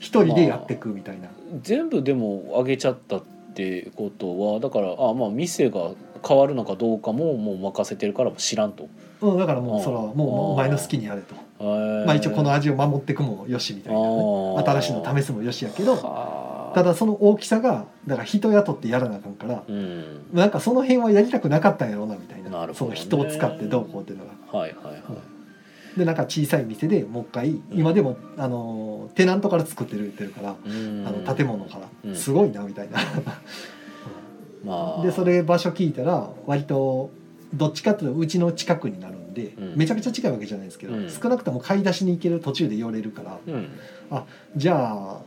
一人でやっていくみたいな全部でも上げちゃったってことはだからあまあ店が変わるのかどうかももう任せてるからも知らんと。うんだからあもうーそれはもうもうお前の好きにやれとままあ一応この味を守っていくもよしみたいなね新しいの試すすもよしやけどたただその大きさがだから人雇ってやらなあかんからうんなんかその辺はやりたくなかったんやろうなみたいななるほそどのね人を使ってどうこうっていうのがはいはいはい。でなんか小さい店でもう一回今でも、あのテナントから作ってるってるから、うんあの建物から、うんすごいなみたいなまあでそれ場所聞いたら割とどっちかっていうとうちの近くになるんで、うんめちゃくちゃ近いわけじゃないですけど、うん少なくとも買い出しに行ける途中で寄れるからうんじゃあ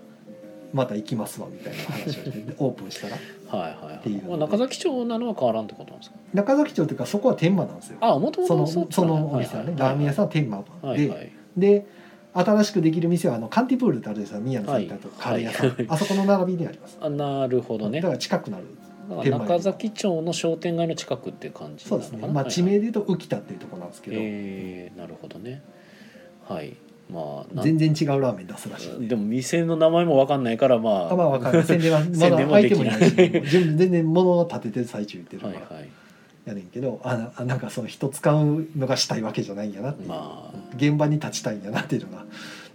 また行きますわみたいな話をしてでオープンしたらはいはていいはうい。のまあ中で崎町なのは変わらんってことなんですか。中崎町っていうかそこは天満なんですよあ元そ々のそうだねそのお店はね、ラーメン屋さんは天満で、はいはい。で新しくできる店はあのカンティプールってあるじゃないですか宮野さん行ったと、カレー屋さん、はいはいあそこの並びでありますあなるほどねだか。ら近くなるだから中崎町の商店街の近くって感じなそのうですかね、な。まあ、はいはい地名で言うと浮田っていうところなんですけど、えーなるほどねはいまあなん全然違うラーメン出すらしいんで、でも店の名前も分かんないからまああまあわか んない宣伝はまだ宣伝も開でいてきもいないないし全然物を立ててる最中言ってるかはらいはいやねんけどあな あなんかその人使うのがしたいわけじゃないんやなっていう、ま現場に立ちたいんやなっていうのが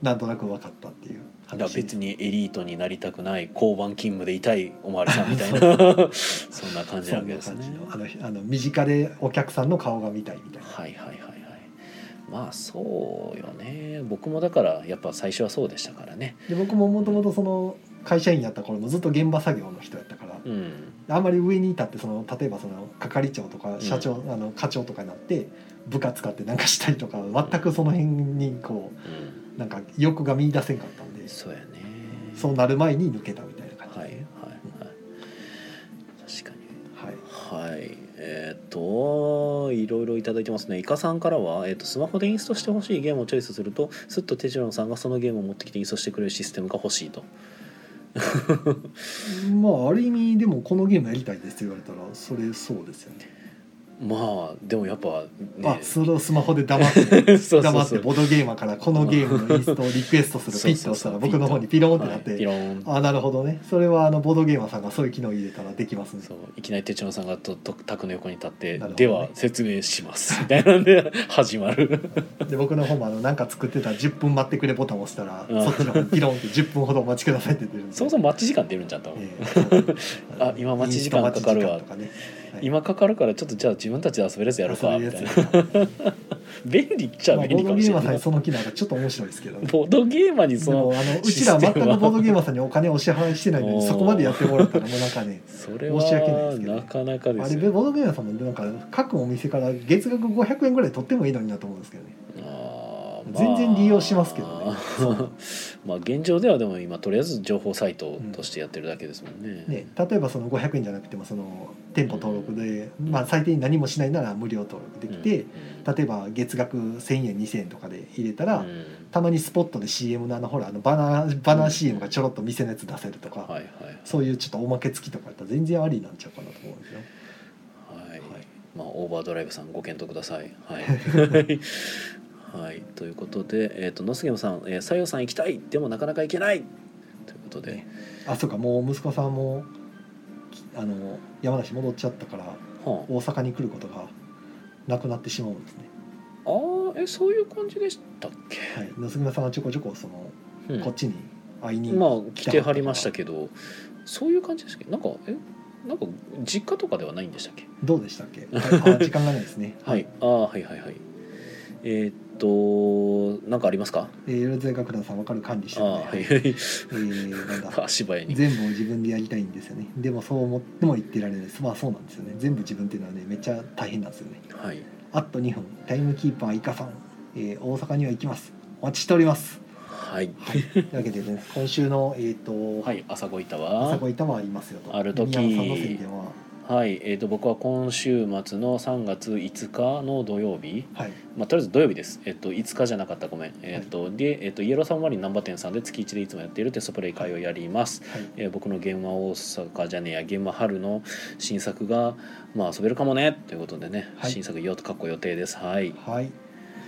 なんとなく分かったっていうあだから話別にエリートになりたくない交番勤務でいたいおまわりさんみ たいなそんな感じなそわんけなです感ねじのあのあの身近でお客さんの顔が見たいみたいな。はいはいはいはいまあそうよね僕もだからやっぱ最初はそうでしたからねで僕ももともとその会社員やった頃もずっと現場作業の人やったから、うんあんまり上にいたってその例えばその係長とか社長、あの課長とかになって部下使ってなんかしたりとか全くその辺にこうんうなんか欲が見出せんかったんでそうやねそうなる前に抜けたみたいな感じ、はいはいはい確かにはいはい、えーっ、といろいろいただいてますねイカさんからは、えーっとスマホでインストしてほしいゲームをチョイスするとすっとテジロンさんがそのゲームを持ってきてインストしてくれるシステムが欲しいとまあある意味でもこのゲームやりたいですって言われたらそれそうですよねまあでもやっぱあねそれをスマホで黙ってそうそう黙っそてうボードゲーマーからこのゲームのインストをリクエストするピッと押したら僕の方にピローンってなって、はいピローンあなるほどねそれはあのボードゲーマーさんがそういう機能を入れたらできますねそういきなりテチロンさんがとと卓の横に立って、なるほどでねは説明しますみたいなんで始まるで僕の方もあのなんか作ってたら10分待ってくれボタンを押したらうんそっちの方にピロンって10分ほどお待ちくださいって出るんでそもそも待ち時間出るんじゃん多分、ええそうあ今待ち時間かかるわインスト待ち時間とかねはい今かかるからちょっとじゃあ自分たちで遊べるやつやろうかそういみうたやいなつま便利っちゃあボ便利ーかドもしゲれーマないーさんにその機能がちょっと面白いですけどね ボードゲーマーにでそのもあのうちらは全くボードゲーマーさんにお金をお支払いしてないの おにーそこまでやってもらったらもうなんかねそれ申し訳ないではすけどなかなかであすれよ、ボね、ードゲーマーさんもなんか各お店から月額500円ぐらい取ってもいいのになと思うんですけどねあー全然利用しますけどねまあ 現状ではでも今とりあえず情報サイトとしてやってるだけですもんね,、ね例えばその500円じゃなくてもその店舗登録で、まあ、最低に何もしないなら無料登録できて、例えば月額1,000円2,000円とかで入れたら、うんうんたまにスポットで CM のあのほらあのバナーバナー CM がちょろっと店のやつ出せるとか、はいはいそういうちょっとおまけ付きとかやったら全然ありなんちゃうかなと思うんですよ。はい、いまあオーバードライブさんご検討ください はいはいということで、えー、とノスゲムさん「えー、西洋さん行きたいでもなかなか行けない!」ということで、ねあそうかもう息子さんもきあの山梨戻っちゃったからは大阪に来ることがなくなってしまうんですね。ああーえそういう感じでしたっけ、はい、野杉村さんはちょこちょこその、うんこっちに会いにまあ来てはりましたけどそういう感じでしたっけなんかえなんか実家とかではないんでしたっけ、どうでしたっけ、はいあ時間がないですねはいああはいはいはいえーっとなんかありますかえー、よろずや楽団さん分かる管理してあるあんで、はいえはいー、なんだ足早に全部を自分でやりたいんですよねでもそう思っても言ってられないですまあそうなんですよね全部自分っていうのはねめっちゃ大変なんですよねはいあと2分タイムキーパーイカさん、えー大阪には行きますお待ちしており ますはいはいというわけでね今週のえっ、と、はい朝ごいた朝はごいたはいますよとある時宮野さんの宣伝ははいえー、と僕は今週末の3月5日の土曜日はいまあ、とりあえず土曜日です、えっと、5日じゃなかったごめん、えっとでえっと、イエローサンマリン難波店さんで月1でいつもやっているテストプレイ会をやります、はいえー僕の「現場大阪」じゃねえや「現場春」の新作が、まあ、遊べるかもねということでね、はい新作よとかっこ予定ですはい、はい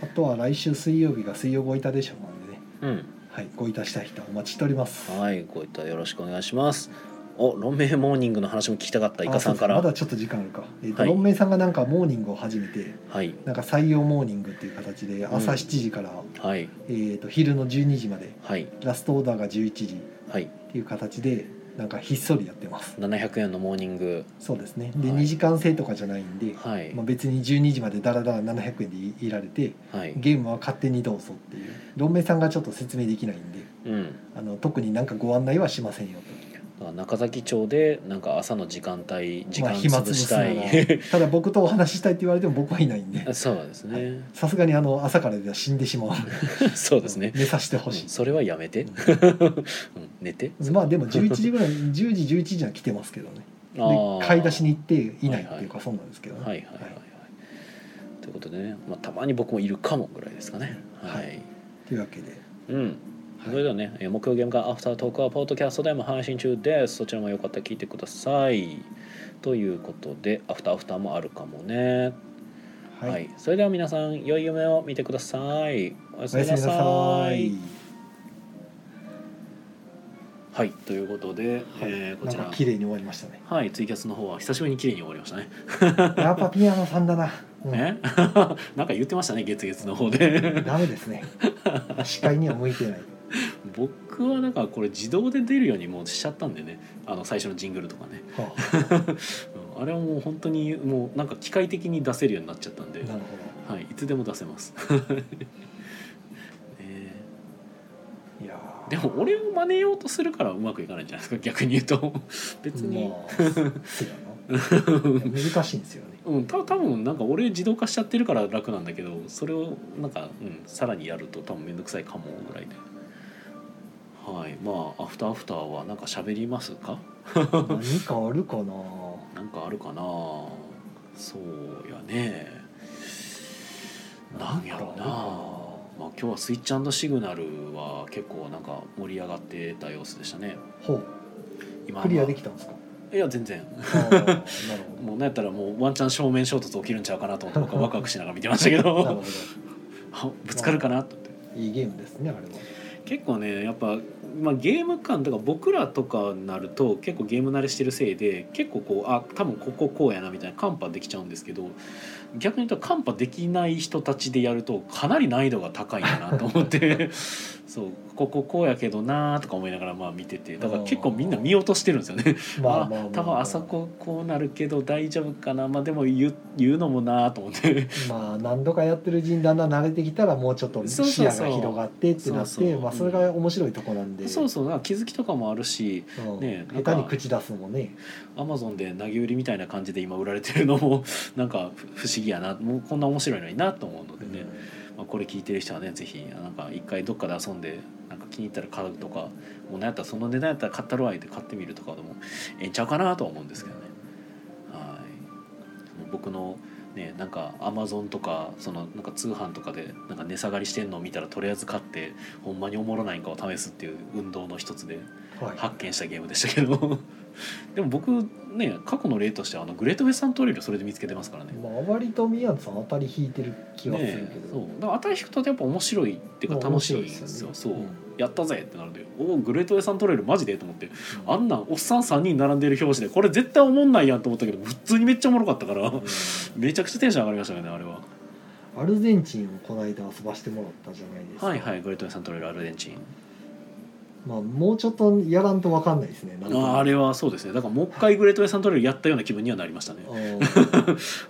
あとは来週水曜日が水曜ごいたでしょうなんでねうん、はいごいたしたい人お待ちしておりますはいごいったよろしくお願いしますお論明モーニングの話も聞きたかったイあカさんから、そうそうまだちょっと時間あるか、えーとはいロンメイさんがなんかモーニングを始めてはいなんか採用モーニングっていう形でうん朝7時から、はいえー、と昼の12時まではいラストオーダーが11時っはいていう形でなんかひっそりやってます700円のモーニングそうですねで、はい2時間制とかじゃないんで、はいまあ、別に12時までダラダラ700円でいいられてはいゲームは勝手にどうぞっていうロンメイさんがちょっと説明できないんでうんあの特になんかご案内はしませんよだから中崎町でなんか朝の時間帯と時間暇潰つぶししなたがい、ら ただ僕とお話ししたいって言われても僕はいないんで そうですね、さすがにあの朝からでは死んでしまうそうですね、目指してほしういんそれはやめて、うん寝てまあでも11時ぐらい10時11時には来てますけどねあーで買い出しに行っていないっていうかそうなんですけどねはいはいはいはいということでね、まあ、たまに僕もいるかもぐらいですかねはい、はいというわけでうんそれではね、えー木曜ゲーム会アフタートークはポッドキャストでも配信中です。そちらもよかったら聞いてください。ということで、アフターアフターもあるかもね。はい、はい、それでは皆さん、良い夢を見てください。おやすおみやすみななささいい。はい、ということで、えーこなちんらか。綺麗に終わりましたねはい、ツイキャスの方は久しぶりに綺麗に終わりましたね。やっぱピアノさんだな、うん、ね、 なんか言ってましたね、月月の方で。ダメですね視界には向いてない僕はなんかこれ自動で出るようにもうしちゃったんでね、あの最初のジングルとかね。はうんあれはもう本当にもうなんか機械的に出せるようになっちゃったんであ、なるはい、いつでも出せます。 ねえほどいやーでも俺を真似ようとするからうまくいかないんじゃないですか逆に言うと別に、 まあそうやな難しいんですよねうん、た多分なんか俺自動化しちゃってるから楽なんだけどそれをなんか、うん、さらにやると多分面倒くさいかもぐらいではいまあアフターアフターはなんか喋りますか何かあるかななんかあるかなそうやねなんやろうななんかまあ、今日はスイッチシグナルは結構なんか盛り上がってた様子でしたねほう今クリアできたん ですかいや全然あーなるほどもうなんやったらもうワンチャン正面衝突起きるんちゃうかなと思って僕はワクワクしながら見てましたけ なるどほあ ぶつかるかなと思ってどいいゲームですねあれは結構ねやっぱ、まあ、ゲーム感とか僕らとかになると結構ゲーム慣れしてるせいで結構こうあ多分こここうやなみたいなカンパできちゃうんですけど逆に言うとカンパできない人たちでやるとかなり難易度が高いんだなと思って そうこここうやけどなーとか思いながらまあ見ててだから結構みんな見落としてるんですよね。ままああまあまあ、多分あそここうなるけど大丈夫かなまあでも言う言うのもなと思ってまあ何度かやってるうちにだんだん慣れてきたらもうちょっと視そうそう野そうが広がってってなってそうそうまあそれが面白いとこなんでそうそうなんか気づきとかもあるしうんねえなんか下手に口出すのもねアマゾンで投げ売りみたいな感じで今売られてるのも なんか不思議やなもうこんな面白いのになと思うのでね、まあ、これ聞いてる人はねぜひなんか一回どっかで遊んでなんか気に入ったら買うとかもうなんやったらその値段やったら買ったるわいで買ってみるとかでもええんちゃうかなとは思うんですけどね。はいもう僕のね、なんかアマゾンとかそのなんか通販とかでなんか値下がりしてんのを見たらとりあえず買ってほんまにおもろないんかを試すっていう運動の一つではい発見したゲームでしたけど でも僕ね過去の例としてはあのグレートウェスタントレイルをそれで見つけてますからね。まあ割と宮野さん当たり引いてる気はするねけそうどだから新しくとやっぱ面白いっていうまかあ楽面しい白んいでですよねすよそう、うんやったぜってなるんでおおグレートウェスタントレイルマジでと思ってあんなんおっさん3人並んでる表紙でこれ絶対おもんないやんと思ったけど普通にめっちゃおもろかったからうんめちゃくちゃテンション上がりましたよねあれはアルゼンチンをこの間遊ばしてもらったじゃないですかはいはいグレートウェスタントレイルアルゼンチンまあもうちょっとやらんと分かんないですねなんとなあくあれはそうですねだからもう一回グレートウェスタントレイルやったような気分にはなりましたねう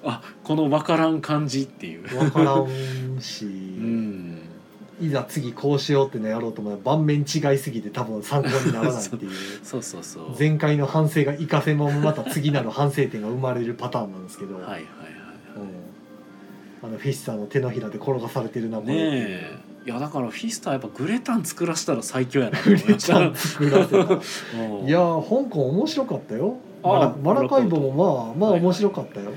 あこの分からん感じっていうん分からんし、うんいざ次こうしようってのやろうと思ったら盤面違いすぎて多分参考にならないっていう そうそうそう前回の反省が活かせもまた次なる反省点が生まれるパターンなんですけど、はいはいはいうんあのフィッサーの手のひらで転がされてるなこれねえいやだからフィスターやっぱグレタン作らせたら最強やなと思いましちゃたんと作ら せたうんいやー香港面白かったよマあラマラカイボもまあまあはい面白かったよ、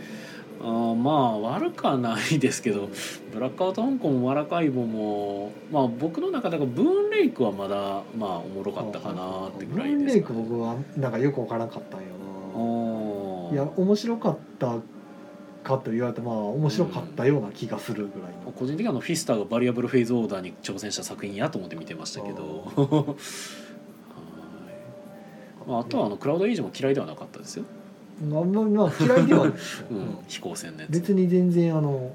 あーまあ悪くはないですけどブラックアウト香港もマラカイボもまあ僕の中でブーンレイクはまだまあおもろかったかなってぐらいブーンでレすイかクね、僕はなんかよくわからなかったんよあなーいや面白かったかと言われてまあ面白かったような気がするぐらいの、個人的にはあのフィスターがバリアブルフェイズオーダーに挑戦した作品やと思って見てましたけど はいまあ、あとはあのクラウドエイジも嫌いではなかったですよ、まあまあまあ嫌いではないですよ、うんうん飛行船のやつ、別に全然あの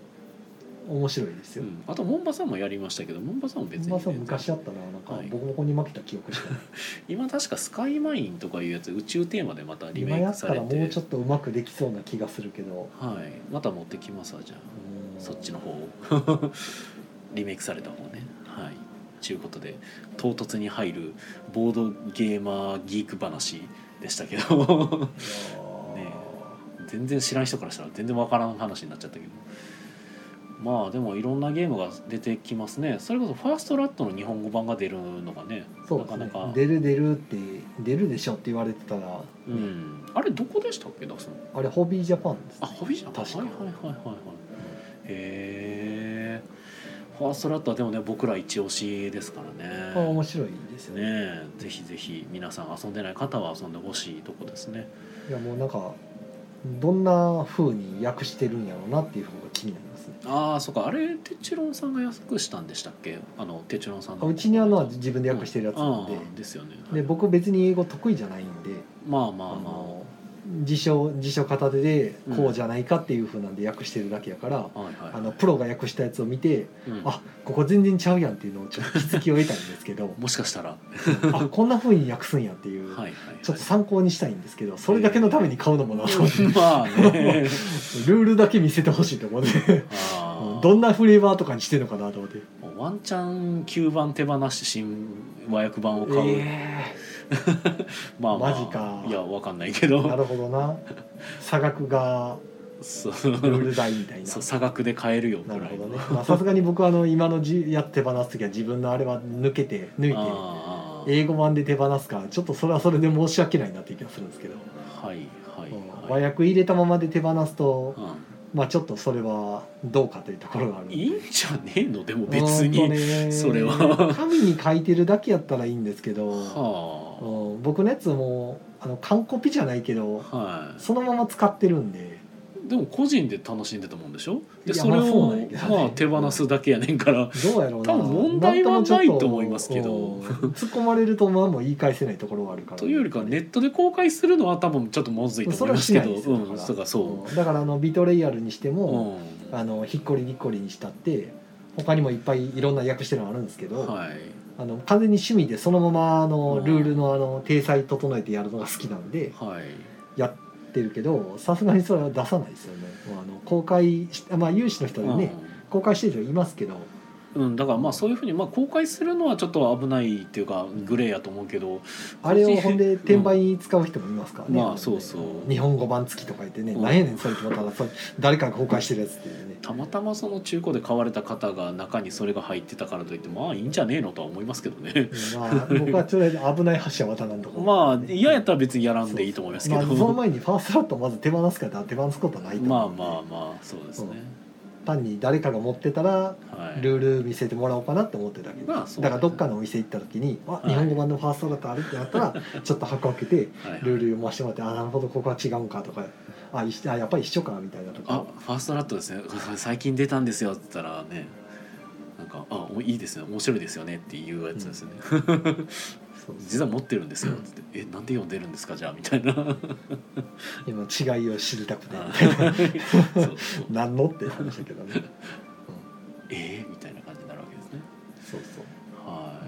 面白いですうよ、ん、あとモンバさんもやりましたけどモンバさんも別に、まあさ昔あったななんかはいボコボコに負けた記憶しかない今確かスカイマインとかいうやつ宇宙テーマでまたリ今メイやクっさたられもてうちょっとうまくできそうな気がするけどはい、また持ってきますわじゃあうんそっちの方を リメイクされた方ねはいちゅうことで唐突に入るボードゲーマーギーク話でしたけどいやーね全然知らん人からしたら全然わからん話になっちゃったけどまあでもいろんなゲームが出てきますねそれこそファーストラットの日本語版が出るのがねそうですなねかなか出る出るって出るでしょって言われてたらうんあれどこでしたっけ出すのあれホビージャパンですあ、ホビーじゃん。確かはいはいはいはいはい。へえ。ファーストラットはでもね、僕ら一押しですからあ面ね。白いですよねねえ、ぜひぜひ皆さん遊んでない方は遊んでほしいとこですね。いやもうなんかどんな風に訳してるんやろうなっていう方が気になりますねああ、そっか、あれ、テチロンさんが安くしたんでしたっけ。あの、テチロンさんが。うちにあるのは自分で訳してるやつなんで,、うんあーですよね。で僕別に英語得意じゃないんでまあまああまの辞書辞書片手でうんこうじゃないかっていう風なんで訳してるだけやから、あ。はいはい。あのプロが訳したやつを見てうんあここ全然ちゃうやんっていうのをちょっと気づきを得たんですけどもしかしたら。はいあこんな風に訳すんやっていう、はいはい。ちょっと参考にしたいんですけどそれだけのために買うのもなと思ってまあね。ルールだけ見せてほしいと思ってあーどんなフレーバーとかにしてるのかなと思ってもうワンチャン9番手放して新和訳版を買う、えまあ、まあ、マジかいやわかんないけーどなるほどな差額がそうルール代みたいなそう差額で買えるよなくるらいほのどねまあさすがに僕はあの今のじやって手放す時は自分のあれは抜けて抜いあてー英語版で手放すからちょっとそれはそれで申し訳ないなっていう気がするんですけど、はいはいうんは和い、訳入れたままで手放すとうまあちょっとそれはどうかというところがあるんん、でいいんじゃねえのでも別うーんに、とねそれは紙に書いてるだけやったらいいんですけど、はうん僕のやつもあの完コピじゃないけどあはそのまま使ってるんでいでも個人で楽しんでたもんでしょでいやそれまあそうを、なんやけどねまあ、手放すだけやねんからどうやろうな多分問題はないんもちょっと思いますけどうん突っ込まれるとまあもう言い返せないところはあるからというよりかはネットで公開するのは多分ちょっとまずいとそ思いれはますしけないどですようんそうかそんだからあのビトレイアルにしてう、うも、んあのひっこりぎっこりにしたって他にもいっぱいいろんな訳してるのあるんですけど、はいあの完全に趣味でそのままあうのんルールのあの体裁整えてやるのが好きなんではいやってるけどさすがにそれは出さないですよね、もうあの公開しまあ有志の人でね、公開してる人いますけどうんうん、だからまあそういうふうに、まあ、公開するのはちょっと危ないっていうかグレーやと思うけどあれをほんで転売に使う人もいますからね、まあのそうそう日本語版付きとか言ってね、うんなんやねんそれってまたそれ誰かが公開してるやつって いうねたまたまその中古で買われた方が中にそれが入ってたからといってまあいいんじゃねえのとは思いますけどねまあ僕はとりあえず危ない橋は渡らんとこまあ嫌やったら別にやらんでいいと思いますけど、まあ、その前にファーストラットをまず手放すかって手放すことはないと思まあうんでまあまあそうですね、単に誰かが持ってたらはいルール見せてもらおうかなって思ってるだけです、まあそうだだねからどっかのお店行った時に「あい日本語版のファーストラットある」ってなっ たらちょっと箱開けてはいルール読ませてもらって「あなるほどここは違うんか」とか「あ一緒あやっぱり一緒か」みたいなとあかファーストラットですね最近出たんですよって言ったらねなんか「あおいいですね面白いですよね」っていうやつですよ ね、そう実は持ってるんですよってって「えなんで読んでるんですかじゃあ」みたい な今違いを知りたくてあみたいなそうそう「 何の?」って話だけどね、うん、えー、みたいな感じになるわけですね。そうそう、は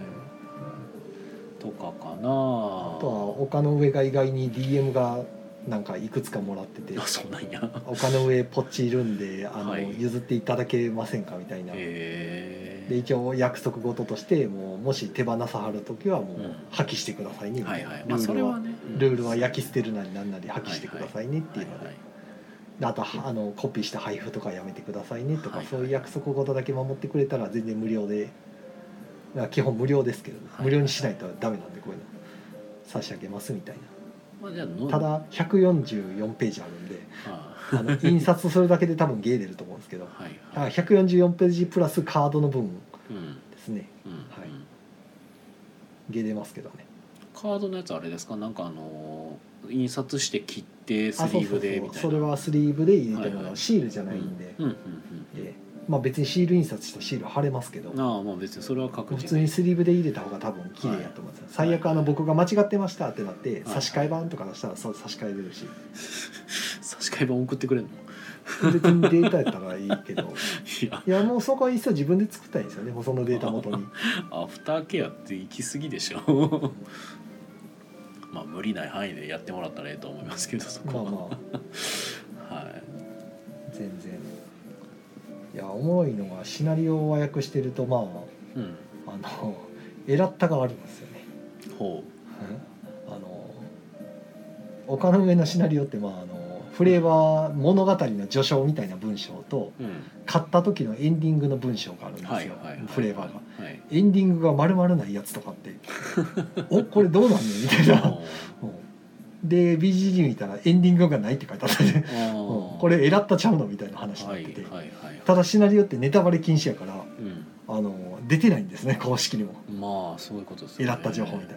うんい、とかかなあとは丘の上が意外に DM がなんかいくつかもらっててあそうなんや。丘の上ポッチいるんであの、はい譲っていただけませんかみたいな、えで一応約束事としてもうもし手放さはる時はもううん破棄してくださいねー、みたはいいな、はい。ルまあそーれルははね。ルールはや焼き捨てるなりなんなり破棄してくださいねっていうので、はいはいあとはあのコピーして配布とかやめてくださいねとか、はいそういう約束事だけ守ってくれたら全然無料で、まあ、基本無料ですけど、い無料にしないとダメなんでこういうの差し上げますみたいなまあ、じゃあのただ144ページある んでああの印刷するだけで多分芸出ると思うんですけどあはいだかはい、ら144ページプラスカードの分うんうんですねうんはい芸出ますけどねカードのやつあれですかなんかあのー印刷して切ってスあリそうーそうブでそみうたいなそれはスリーブで入れてもはいらはいうシールじゃないんで、うんうんでまあ、別にシール印刷したシール貼れますけどうんああまあ別にそれは確普通実にスリーブで入れた方が多分綺麗やと思うんですよ、はい最悪あの僕が間違ってましたってなってはい差し替え版とか出したらそう差し替えれるし差し替え版送ってくれるの別にデータやったらいいけ どいやいやもうそこはいっそ自分で作ったいんですよねそのデータ 元にアフターケアって行き過ぎでしょ まあ無理ない範囲でやってもらったらええと思いますけどそまあこは、まあはい全然いやおもろいのがシナリオを和訳してるとまうんああのえらったがあるんですよねほあの丘の上のシナリオってまああのフレーバー物語の序章みたいな文章と、ううん買った時のエンディングの文章があるんですよ、はいはいはいフレーバーがはいエンディングが丸々ないやつとかっておこれどうなんねんみたい あなうんで BGG 見たらエンディングがないって書いてあったね、うんこれえらったちゃうのみたいな話になはっいてはいて、はいただシナリオってネタバレ禁止やからうんあの出てないんですね公式にもまあそういうことですえらった情報みたいな、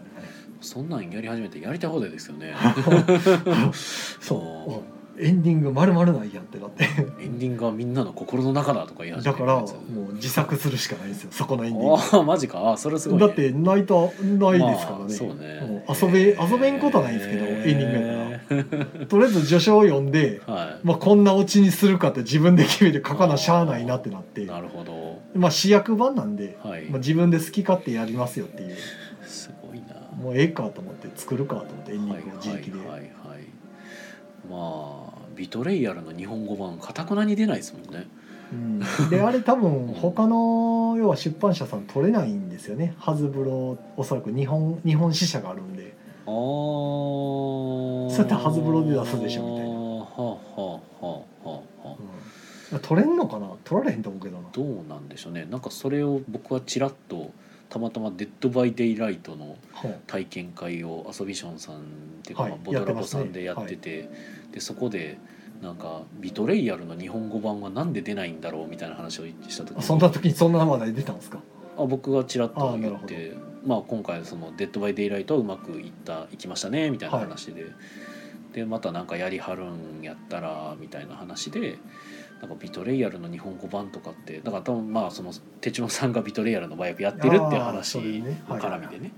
そんなんやり始めてやりたい放題ですよね そう、うんエンディング丸々ないやんってなってエンディングはみんなの心の中だとか言い始だめてからもう自作するしかないんですよそこのエンディングああマジかあそれすごい、ね、だってないとないですからね,、まあそうねうん遊べ遊べんことはないんですけど、エンディングやからングとりあえず序章を読んで、からはまあ、こんなオチにするかって自分で決めて書かなしゃあないなってなっていなるほどまあ主役版なんで、はい、まあ、自分で好き勝手やりますよっていうすごいなもうええかと思って作るかと思ってエンディングを自力で、 はいはいはいはいまあビトレイヤルの日本語版かたくなに出ないですもんねうん、であれ多分他の要は出版社さん取れないんですよねハズブロおそらく日本日本支社があるんでああそそうやってハズブロで出すでしょみたいなはあはあはあはあ、はあうん、取れんのかな取られへんと思うけどなどうなんでしょうねなんかそれを僕はちらっとたまたま「デッド・バイ・デイ・ライト」のはい体験会をアソビションさんっていうか、はいまあボドラボさんでややっっててて、でそこでなんか「ビトレイヤル」の日本語版はなんで出ないんだろうみたいな話をした時あにそんな時にそんな話題出たんですかあ僕がちらっと言っあなてまあ、今回その「デッド・バイ・デイ・ライト」はうまくいったいきましたねみたいな話で、でまたなんかやりはるんやったらみたいな話で。なんかビトレイヤルの日本語版とかってだから多分まあその手チロンさんがビトレイヤルの和訳やってるっていうあー話それねの絡みでね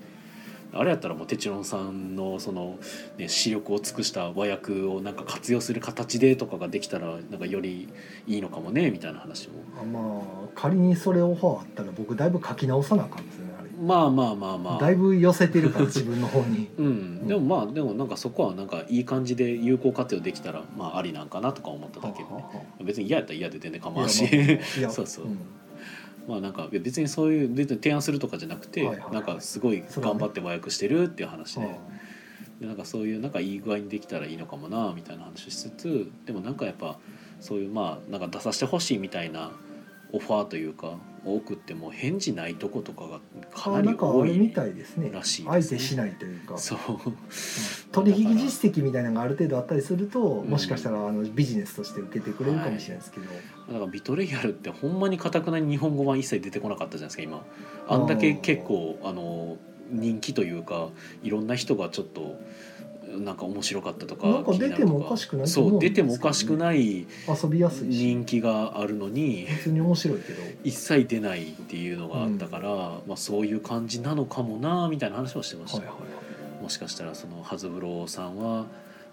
あれやったらもうテチロンさんのその、ね、視力を尽くした和訳をなんか活用する形でとかができたらなんかよりいいのかもねみたいな話もあまあ仮にそれオファーあったら僕だいぶ書き直さなあかんですよねあれ、まあまあまあまあだいぶ寄せてるから自分の方にうん、でもまあでもなんかそこはなんかいい感じで有効活用できたらまあありなんかなとか思っただけで、ね、別に嫌やったら嫌で全然構わんしいやまあいやそうそうん まあなんかいや別にそういう別に提案するとかじゃなくて、はいはいはいなんかすごい頑張って和訳してるっていう話で,、うんでなんかそういうなんかいい具合にできたらいいのかもなみたいな話しつつでもなんかやっぱそういうまあなんか出させてほしいみたいなオファーというか多くってもう返事ないとことかがかなあなりんか多あれい、みたいですねらしいですね相手しないというかそう取引実績みたいなのがある程度あったりすると、んもしかしたらあのビジネスとして受けてくれるかもしれないですけど、だからビトレイヤルってほんまにかたくなに日本語版一切出てこなかったじゃないですか今あんだけ結構あの人気というかいろんな人がちょっとなんか面白かったとかなんか気にる出てもおかしくないとそ思ううんで出てすけどもねおかしくない遊びやすいし人気があるのに普通に面白いけど一切出ないっていうのがあったから、まあ、そういう感じなのかもなみたいな話もしてました、はいはいはいもしかしたらそのハズブローさんは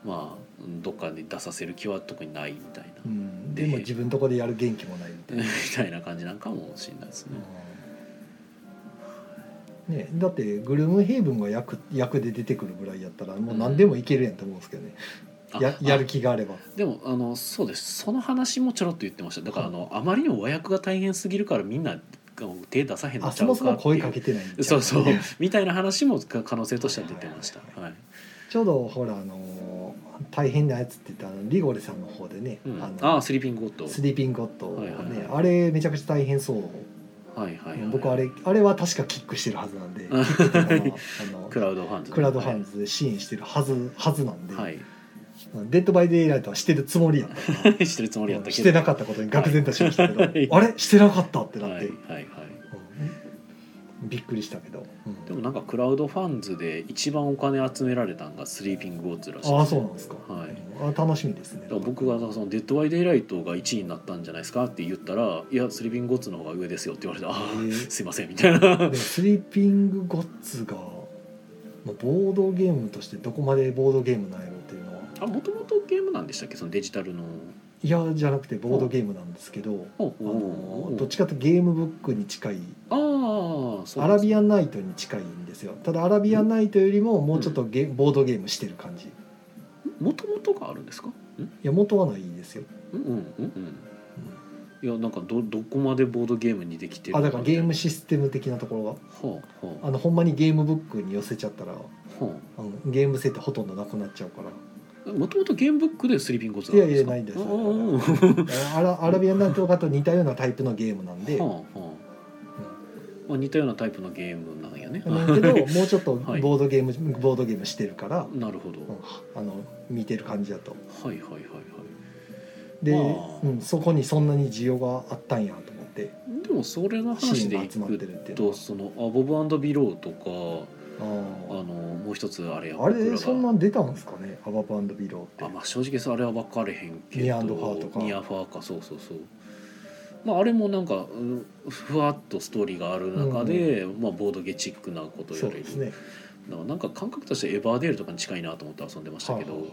まあどっかに出させる気は特にないみたいな、うん、ででも自分とこでやる元気もないみたい みな、たいな感じなんかもしれないですね。ね、だってグルムヘイブンが役役で出てくるぐらいやったらもう何でもいけるやんと思うんですけどね、あややる気があればでもあのそうですその話もちょろっと言ってましただからあの、あまりにも和訳が大変すぎるからみんな手出さへんのあちゃそうかもっていそうも声かけてないんちゃうかそうそうみたいな話も可能性としては出てましたはいはいちょうどほらあのの大変なやつって言ってあのリゴレさんの方でね、うんああのあスリーピングゴッドスリーピングゴッドをはね、いはいはいあれめちゃくちゃ大変そう、はいはい、はい、僕あれあれは確かキックしてるはずなんで、んキックとかはあのクラウドファンズ クラウドファンズで支援してるはずはずなんで、はい、デッド・バイ・デイ・ライトはしてるつもりやったからはい してるつもりやったけどしてなかったことに愕然としましたけど、はいあれしてなかったってなはっいて、はいはいうんびっくりしたけど、うんでもなんかクラウドファンズで一番お金集められたんがスリーピングゴッドらしいああそうなんですか、はいうんあ楽しみですねだから僕がその「デッド・アイ・デイ・ライト」が1位になったんじゃないですかって言ったら「いやスリーピングゴッツの方が上ですよ」って言われて「あへえーすいません」みたいなでもスリーピングゴッツが、まあ、ボードゲームとしてどこまでボードゲームなんやろっていうのはあもともとゲームなんでしたっけそのデジタルのいやじゃなくてボードゲームなんですけど、ああのどっちかというとゲームブックに近いあーそうアラビアンナイトに近いんですよただアラビアンナイトよりももうちょっとゲ、ボードゲームしてる感じいもともとがあるんですかんや元はないですようんうんうんうんいやなんかどどこまでボードゲームにできてるあのだからゲームはシステム的なところがあはああのほんまにゲームブックに寄せちゃったらあはのゲーム性ってほとんどなくなっちゃうからあもともとゲームブックでスリーピングゴッツいやいやないんですあよー アラアラビアンナイトとかと似たようなタイプのゲームなんで、はあはあまあ似たようなタイプのゲームなんやねなんだけどもうちょっとはいボードゲーム、ボードゲームしてるから、 なるほど、うんあの見てる感じだとはいはいはいはいで、まあうん、そこにそんなに需要があったんやと思ってでもそれのシ話でーンいが集まってくるっていうのとはそのあボブビローとかああのもう一つあれやーあ僕られがそんなん出たんですかねアバパンドビローあ、ってまあ、正直そうあれは分かれへんけどニアンドファーとかニアファーかそうそうそうまああれもなんか、うんふわっとストーリーがある中で、まあ、ボードゲチックなことそやうれるですねだからなんか感覚としてエバーデールとかに近いなと思って遊んでましたけど、はあは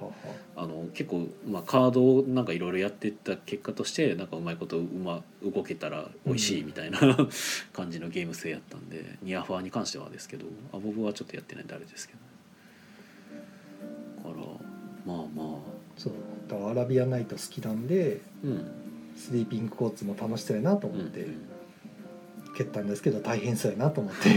あはあの結構、まあ、カードをなんかいろいろやってった結果としてなんかうまいことうま動けたら美味しいみたいな、 感じのゲーム性やったんでニアファーに関してはですけどあ僕はちょっとやってないんであれですけどだからまあまああそうだからアラビアンナイト好きなんでうんスリーピングコーツも楽しそうやなとうん、思ってうん蹴ったんですけど大変そうやなと思ってそう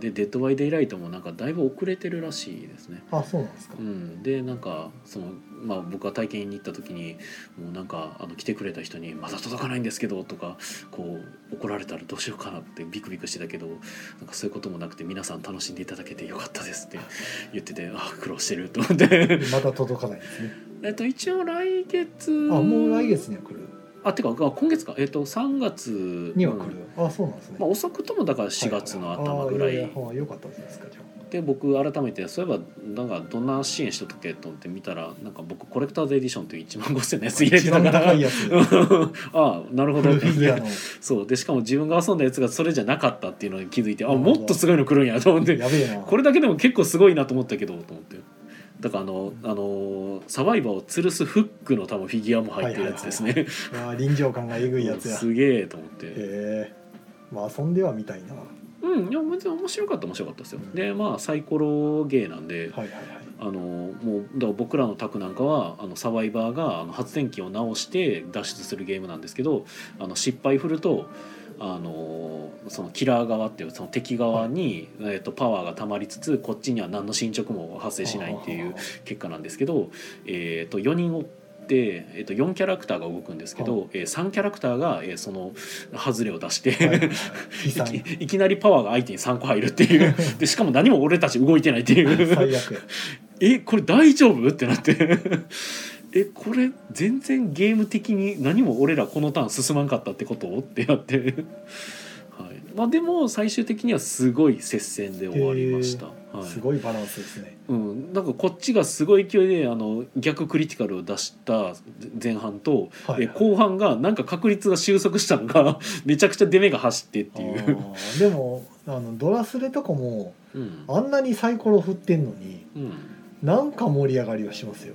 で「デッド・バイ・デイ・ライト」もなんかだいぶ遅れてるらしいですね あそうなんですかうん、でなんかその、まあ、僕が体験に行った時にもうなんかあの来てくれた人に「まだ届かないんですけど」とかこう怒られたらどうしようかなってビクビクしてたけどなんかそういうこともなくて皆さん楽しんでいただけてよかったですって言っててあ苦労してると思ってまだ届かないですねえっと一応来月あもう来月には来るあてかあ今月かえっと3月には来うん、るあそうなんですね、まあ、遅くともだから4月の頭ぐらいああややあ良かったですかじゃで僕改めてそういえばなんかどんな支援しとったっけと思って見たらなんか僕コレクターズエディションという1万5000のやつあ入れて一た番から高 いやつフああなるほどルフィギュアのそうでしかも自分が遊んだやつがそれじゃなかったっていうのに気づいてあなるほどもっとすごいの来るんやと思ってやべえなこれだけでも結構すごいなと思ったけどと思ってだからあの、あのサバイバーを吊るすフックの多分フィギュアも入ってるやつですねああ臨場感がえぐいやつやへすげえと思って、えまあ遊んではみたいなはうんいや別に面白かった面白かったですよでまあサイコロゲーなんで、いはいはいあのもうだから僕らの卓なんかはあのサバイバーがあの発電機を直して脱出するゲームなんですけどあの失敗振るとあのそのキラー側っていうその敵側に、えっとパワーが溜まりつつこっちには何の進捗も発生しないっていう結果なんですけど、えー、と4人おって、えー、と4キャラクターが動くんですけど、えー、3キャラクターが、えーその外れを出して、あー はいはいはいい悲惨きいきなりパワーが相手に3個入るって いうでしかも何も俺たち動いてないっていう。最悪やえこれ大丈夫ってなって えこれ全然ゲーム的に何も俺らこのターン進まんかったってことってなって はいまあでも最終的にはすごい接戦で終わりました、はいすごいバランスですねうん、なんかこっちがすごい勢いであの逆クリティカルを出した前半と、はいえ後半がなんか確率が収束したのが めちゃくちゃ出目が走ってっていあう、ーでもあのドラスレとかもうんあんなにサイコロ振ってんのにうん、なんか盛り上がりはしますよ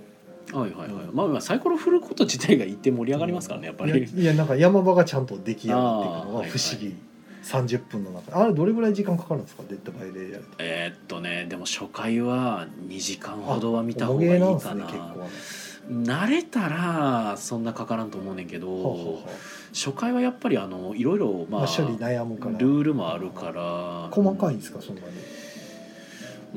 はいはいはい、まあ、まあサイコロ振ること自体が一定盛り上がりますからねやっぱり。いやいやなんか山場がちゃんと出来上がっていくのあがー不思議、30分の中であれどれぐらい時間かかるんですかデッドバイデイライトえーっとねでも初回は2時間ほどは見た方重がいげいなんですかねな結構は慣れたらそんなかからんと思うねんけど、あはあは初回はやっぱりあのいろいろあまあまあ処理悩むからルールもあるから細かいんですかそんなに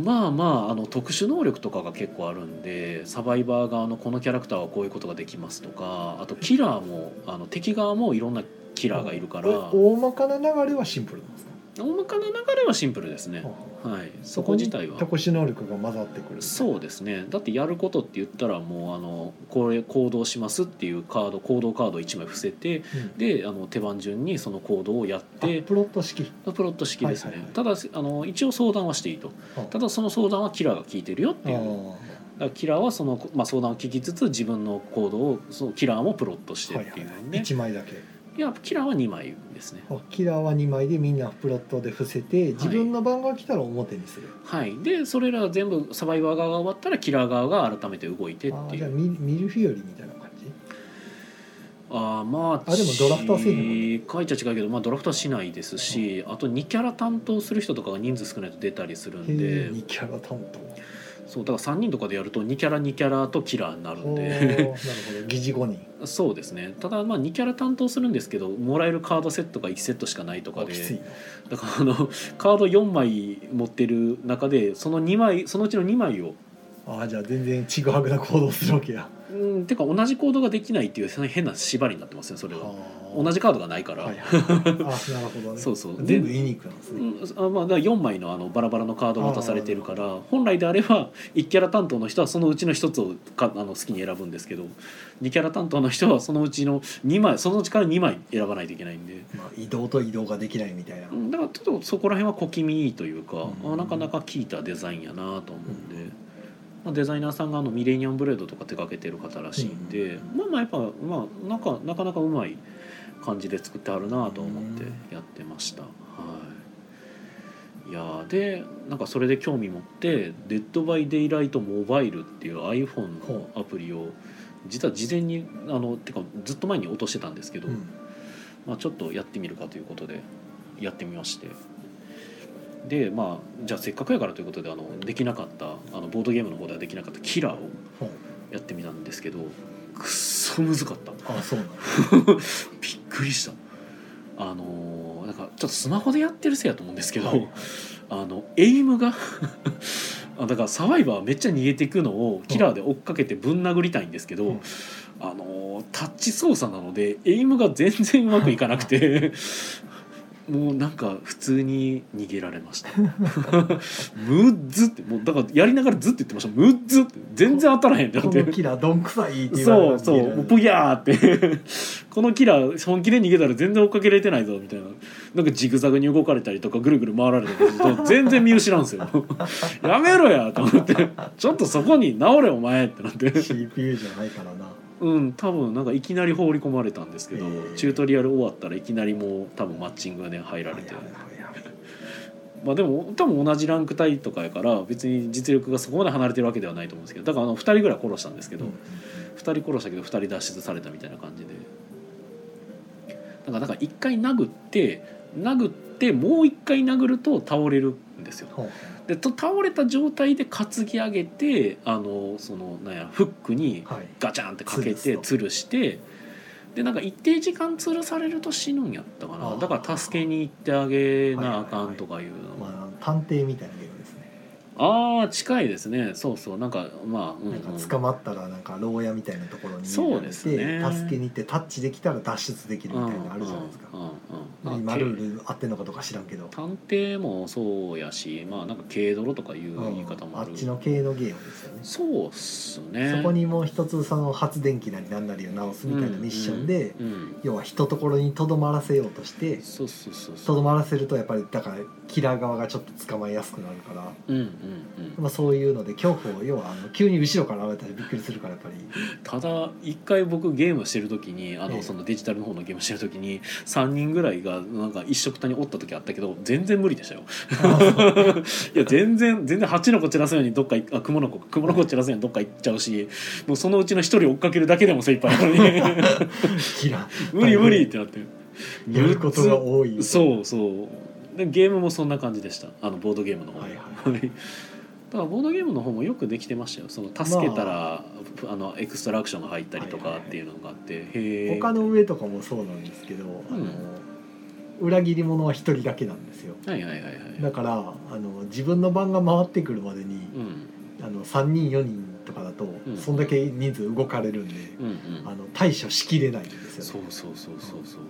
まあまああの特殊能力とかが結構あるんでサバイバー側のこのキャラクターはこういうことができますとかあとキラーもあの敵側もいろんなキラーがいるからえ大まかな流れはシンプルなんですか大まかな流れはシンプルですね、はい、そこ自体はそこに特殊能力が混ざってくるそうですねだってやることって言ったらもうあのこれ行動しますっていうカード行動カード1枚伏せてうんであの手番順にその行動をやっあてプロット式プロット式ですね、はいはいはいただあの一応相談はしていいとあただその相談はキラーが聞いてるよっていうあだからキラーはその、まあ、相談を聞きつつ自分の行動をそのキラーもプロットしてーはっいはていいうのはで、いい1枚だけやキラーは2枚ですねあキラーは2枚でみんなプロットで伏せて自分の番が来たら表にする、はいでそれら全部サバイバー側が終わったらキラー側が改めて動いてっあてーいじゃあうミミルフィオリみたいな感じあーまああでもドラフトはせえへんもんし書いちゃ違うけど、まあ、ドラフトはしないですし、あと2キャラ担当する人とかが人数少ないと出たりするんへえで2キャラ担当そうだから3人とかでやると2キャラ2キャラとキラーになるんおーなでるほど疑似5人 そうですねただまあ2キャラ担当するんですけどもらえるカードセットが1セットしかないとかあできついなだからあのカード4枚持ってる中でその2枚そのうちの2枚を、あーじゃあ全然ちぐはぐな行動するわけやうん、てか同じ行動ができないっていうその変な縛りになってますねそれは同同じカードがないから、はいはい、あなるほどねそうそう全部ユニークなんですうね、んあまあ、だから4枚のあのバラバラのカードを渡されてるから本来であれば1キャラ担当の人はそのうちの1つをかあの好きに選ぶんですけど2キャラ担当の人はそのうちの2枚そのうちから2枚選ばないといけないんでまあ、移動と移動ができないみたいな、うんだからちょっとそこら辺は小気味いいというか、うんあなかなか効いたデザインやなと思うんで、まあ、デザイナーさんがあのミレニアムブレードとか手掛けてる方らしいんで、うまあまあやっぱ、まあ、なんかなかなかうまい感じで作ってあるなと思ってやってました。はいいやーでなんかそれで興味持って「デッド・バイ・デイライト・モバイル」っていう iPhone のアプリを実は事前にあのてかずっと前に落としてたんですけど、うんまあ、ちょっとやってみるかということでやってみましてでまあじゃあせっかくやからということであのできなかったあのボードゲームの方ではできなかったキラーをほうやってみたんですけどくっそむずかったあそうなんだびっくりしたあのーなんかちょっとスマホでやってるせいやと思うんですけど、はいあのエイムが あだからサバイバーめっちゃ逃げていくのをキラーで追っかけてぶん殴りたいんですけど、うんあのータッチ操作なのでエイムが全然うまくいかなく てもうなんか普通に逃げられました ムッズってもうだからやりながらずっと言ってましたムッズって全然当たらへんってなこってのキラーどんくさいって言われそうそるうもうブギャーって このキラー本気で逃げたら全然追っかけられてないぞみたいななんかジグザグに動かれたりとかぐるぐる回られたりとか全然見失うんですよ やめろやと思ってちょっとそこに直れお前ってなって CPU じゃないからなうん多分なんかいきなり放り込まれたんですけど、えーチュートリアル終わったらいきなりもう多分マッチングで入られて、はいはいはいはいまあでも多分同じランク帯とかやから別に実力がそこまで離れてるわけではないと思うんですけどだからあの2人ぐらい殺したんですけど、2人殺したけど2人脱出されたみたいな感じでだからなんか1回殴って殴ってもう1回殴ると倒れるんですよほうでと倒れた状態で担ぎ上げてあのそのなんやフックにはいガチャンってかけて吊るすと吊るしてでなんか一定時間吊るされると死ぬんやったかあなーだから助けに行ってあげなあかんとかいうのもまあ探偵みたいなゲームですねああ近いですねそうそうなんかまあうんうなんんか捕まったらなんか牢屋みたいなところにそう入れられでてすね助けに行ってタッチできたら脱出できるみたいなのあるじゃないですかうんうんうんうん今あルール合ってんのかとか知らんけど探偵もそうやしまあなんか軽泥とかいううん言い方もああっる、ちの系のゲームですよねそうっすねそこにもう一つその発電機なりなんなりを直すみたいなミッションで、うんうん要はひとところにとどまらせようとしてそうそうそうとそどうまらせるとやっぱりだからキラー側がちょっと捕まえやすくなるから、うんうんうんまあ、そういうので恐怖を要はあの急に後ろから現れたらびっくりするからやっ ぱりただ一回僕ゲームしてる時にあえのえそのデジタルの方のゲームしてる時に3人ぐらいがなんか一緒くたにおった時あったけど全然無理でしたよ いや全然全然蜂の子散らすようにどっか行あ雲の子か雲の子散らすようにどっか行っちゃうしもうそのうちの一人追っかけるだけでも精一杯なの にキラー無理無理ってなってやることが多いそうそうでゲームもそんな感じでしたあのボードゲームの方はいははい だからボードゲームの方もよくできてましたよその助けたら、あ、のエクストラクションが入ったりとはいかはいっはいていうのがあって、へえ丘の上とかもそうなんですけど、あのん裏切り者は一人だけなんですよはいはいはいはいだからあの自分の番が回ってくるまでにうんあの3人4人とかだと、んそんだけ人数動かれるんで、うんうんあの対処しきれないんですよねそうそうそうそうそう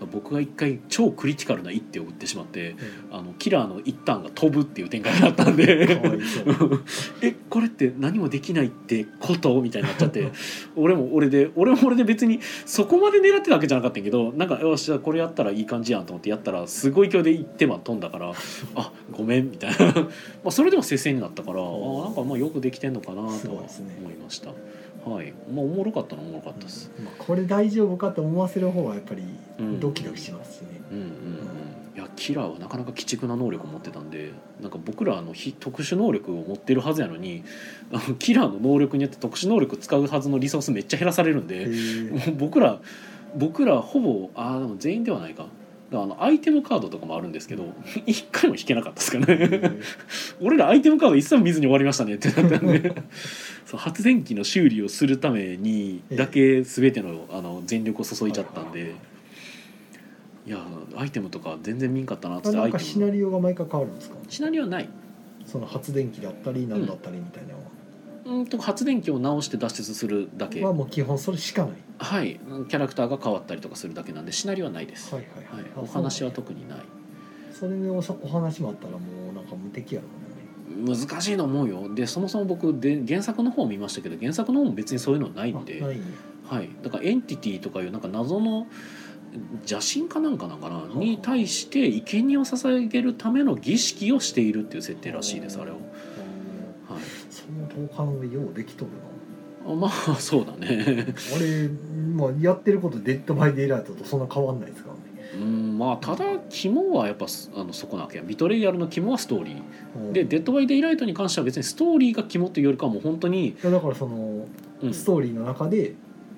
だから僕が一回超クリティカルな一手を打ってしまってうんあのキラーの一端が飛ぶっていう展開だったんでかわいそう えこれって何もできないってことみたいになっちゃって俺も俺で俺も俺で別にそこまで狙ってたわけじゃなかったんやけどなんかよしじゃあこれやったらいい感じやんと思ってやったらすごい勢いで一手間飛んだからあごめんみたいな まあそれでも接戦になったからあーなんかまあよくできてんのかなとはすごいですね思いました、はいまあおもろかったのはおもろかったです、まあ、これ大丈夫かと思わせる方はやっぱりうんドキドキしますしね、うんうんうんいやキラーはなかなか鬼畜な能力を持ってたんでなんか僕らあの非特殊能力を持ってるはずやのにあのキラーの能力によって特殊能力使うはずのリソースめっちゃ減らされるんへでも ーう僕ら僕らほぼあーでも全員ではないか。だからあのアイテムカードとかもあるんですけど 一回も引けなかったですかへね ー俺らアイテムカード一切見ずに終わりましたねってなったん でそう発電機の修理をするためにだけ全てのあの全力を注いじゃったんでいやアイテムとか全然見んかったなっつあってなアんイかテシムナリオが毎回変わるんですかシナリオはないその発電機だったり何だったりみたいなのは,、うんと発電機を直して脱出するだけはもう基本それしかないはいキャラクターが変わったりとかするだけなんでシナリオはないです、ははいはいはい、あお話はそう特にないそれでおさお話もあったらもうなんか無敵やろう難しいと思うよでそもそも僕で原作の方を見ましたけど原作の方も別にそういうのないねんであないんやはい、だからエンティティとかいうなんか謎の邪神かなんかなんかなあに対して生贄を捧げるための儀式をしているっていう設定らしいですあれを、はうんい、その投函でようできとるなあまあそうだね俺、まあ、やってることデッドバイデイライトとそんな変わんないですからねうんまあただ肝はやっぱすあのそこなわけやビトレイヤルの肝はストーリーうんで「デッド・バイ・デイ・ライト」に関しては別にストーリーが肝というよりかはもう本当に、いやだからそのうんストーリーの中で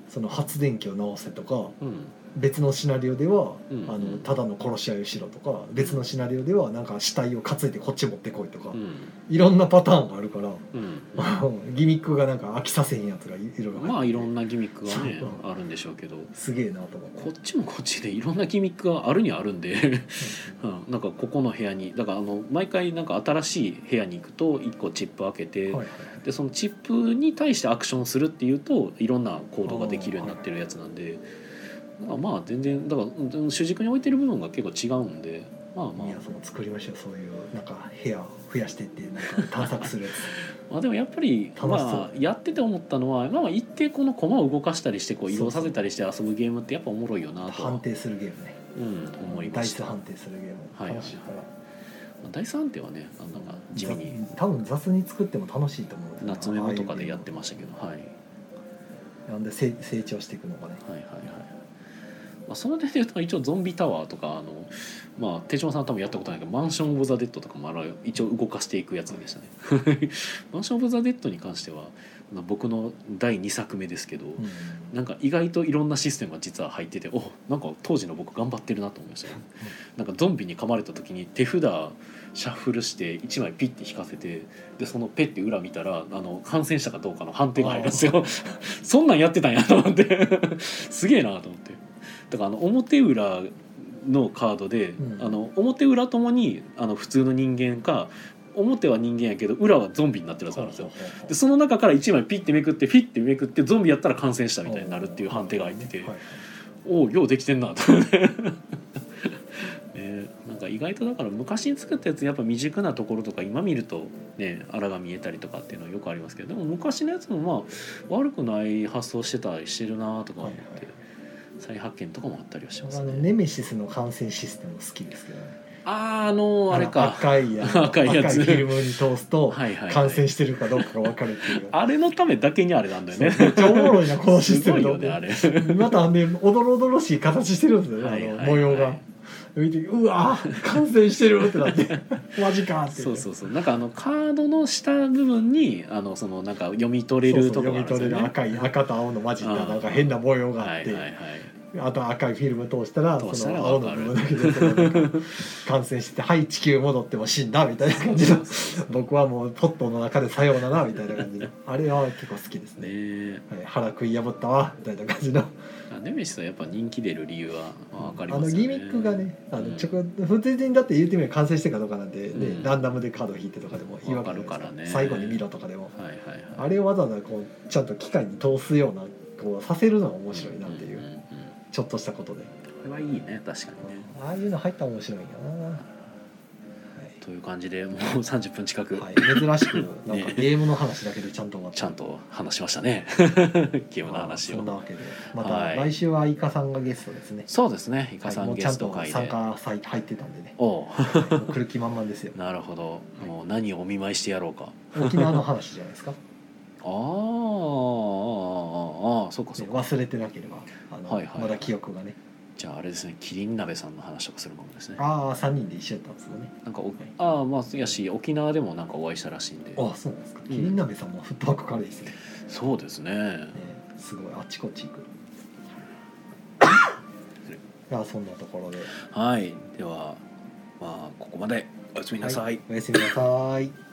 その発電機を直せとかうん、別のシナリオではうんあのただの殺し合いをしろとか別のシナリオではなんか死体を担いでこっち持ってこいとかうんいろんなパターンがあるから うん、ギミックがなんか飽きさせへんやつがいろいろ入ってまあいろんなギミックがねそうあるんでしょうけどすげえなと思ってこっちもこっちでいろんなギミックがあるにはあるんで うん、なんかここの部屋にだからあの毎回なんか新しい部屋に行くと1個チップ開けて、はいはいでそのチップに対してアクションするっていうといろんな行動ができるようになってるやつなんでだからまあ全然だからうん主軸に置いてる部分が結構違うんでまあまあいやその作りましょうそういうなんか部屋増やしてってなんか探索するや まあでもやっぱり、楽しそうまあ、やってて思ったのは、まあ、一定この駒を動かしたりしてこう移動させたりして遊ぶゲームってやっぱおもろいよなつと判は、定するゲームねうん、思いダまイしスた判定するゲーはムいはい楽しいからダイス判定はねあのなんか地味にざ多分雑に作っても楽しいと思うんですよ夏メモとかでやってましたけどはい。なんで成成長していくのがねはいはいはい。まあ、その点で言うと一応ゾンビタワーとかあの、まあ、手島さんは多分やったことないけどマンション・オブ・ザ・デッドとかもあれ一応動かしていくやつでしたねマンション・オブ・ザ・デッドに関してはまあ僕の第2作目ですけど、うんなんか意外といろんなシステムが実は入ってておなんか当時の僕頑張ってるなと思いましたね、なんかゾンビに噛まれた時に手札シャッフルして1枚ピッて引かせてでそのペッて裏見たらあの感染したかどうかの判定が入るんですよ そんなんやってたんやと思って すげえなと思ってだからあの表裏のカードで、うんあの表裏ともにあの普通の人間か表は人間やけど裏はゾンビになってるやつがあるんですよでその中から1枚ピッてめくってフィッてめくってゾンビやったら感染したみたいになるっていう判定が入ってて、はいおおようできてんなと思 ってねえなんか意外とだから昔に作ったやつやっぱ未熟なところとか今見るとねあらが見えたりとかっていうのはよくありますけどでも昔のやつもまあ悪くない発想してたりしてるなとか思って、はいはい再発見とかもあったりはしますあのね。ネメシスの感染システム好きですけどねあーあのあれか赤いや つ赤いやつ赤フィルムに通すとはいはいはい感染してるかどうかが分かるっていう あれのためだけにあれなんだよね。めっちゃおもろいなこのシ すステごムいよねあれ。またねおどろおどろしい形してるんですよね、はいはいあはいの模様が見てうわ感染してるってなってマジかってそうそうそうなんかあのカードの下部分にあのそのなんか読み取れるとこそうそうがあ読るみんですよ取れねる赤い赤と青の混じったうんなんか変な模様がはいあっはいて、はいあと赤いフィルム通したら通しそたらの青の部分だけでそのなんか感染して「はい地球戻っても死んだ」みたいな感 じの僕はもうポットの中で「さようなら」みたいな感じのあれは結構好きですねねえはい腹食い破ったわみたいな感じのあネメシスはやっぱ人気出る理由は分かりあまのすよギねミックがねあうのんちょこ普通にだって言ってみれば完成してかどうかなんで、ねうんランダムでカード引いてとかでも違和わか感るからね最後に見ろとかでもはいはいはいあれをわざわざこうちゃんと機械に通すようなこうさせるのが面白いなっていう、んんんちょっとしたことでこれはいいね確かにねああいうの入ったら面白いよな、はという感じでもう30分近く、いはい、珍しくなんかねゲームの話だけでちゃんと終わった ちゃんと話しましたね ゲームの話まあそんなをわけでまはたい来週はイカさんがゲストですねそうですねイカはいさもんうゲちゃんストと会参で加さい入ってたんで ねおうもう来る気満々ですよなるほどはいもう何をお見舞いしてやろうか沖縄の話じゃないですか あーあーあーあーそうかそうねか忘れてなければあの、はいはいまだ記憶がねじゃああれですねキリン鍋さんの話とかするかもですねああ3人で一緒やったんですよねなんかおああまあやし沖縄でもなんかお会いしたらしいんでああそうなんですかんキリン鍋さんもフットワーク軽いですねそうですねねすごいあっちこっち行く いやそんなところではいではまあここまでおやすみなさい、おやすみなさい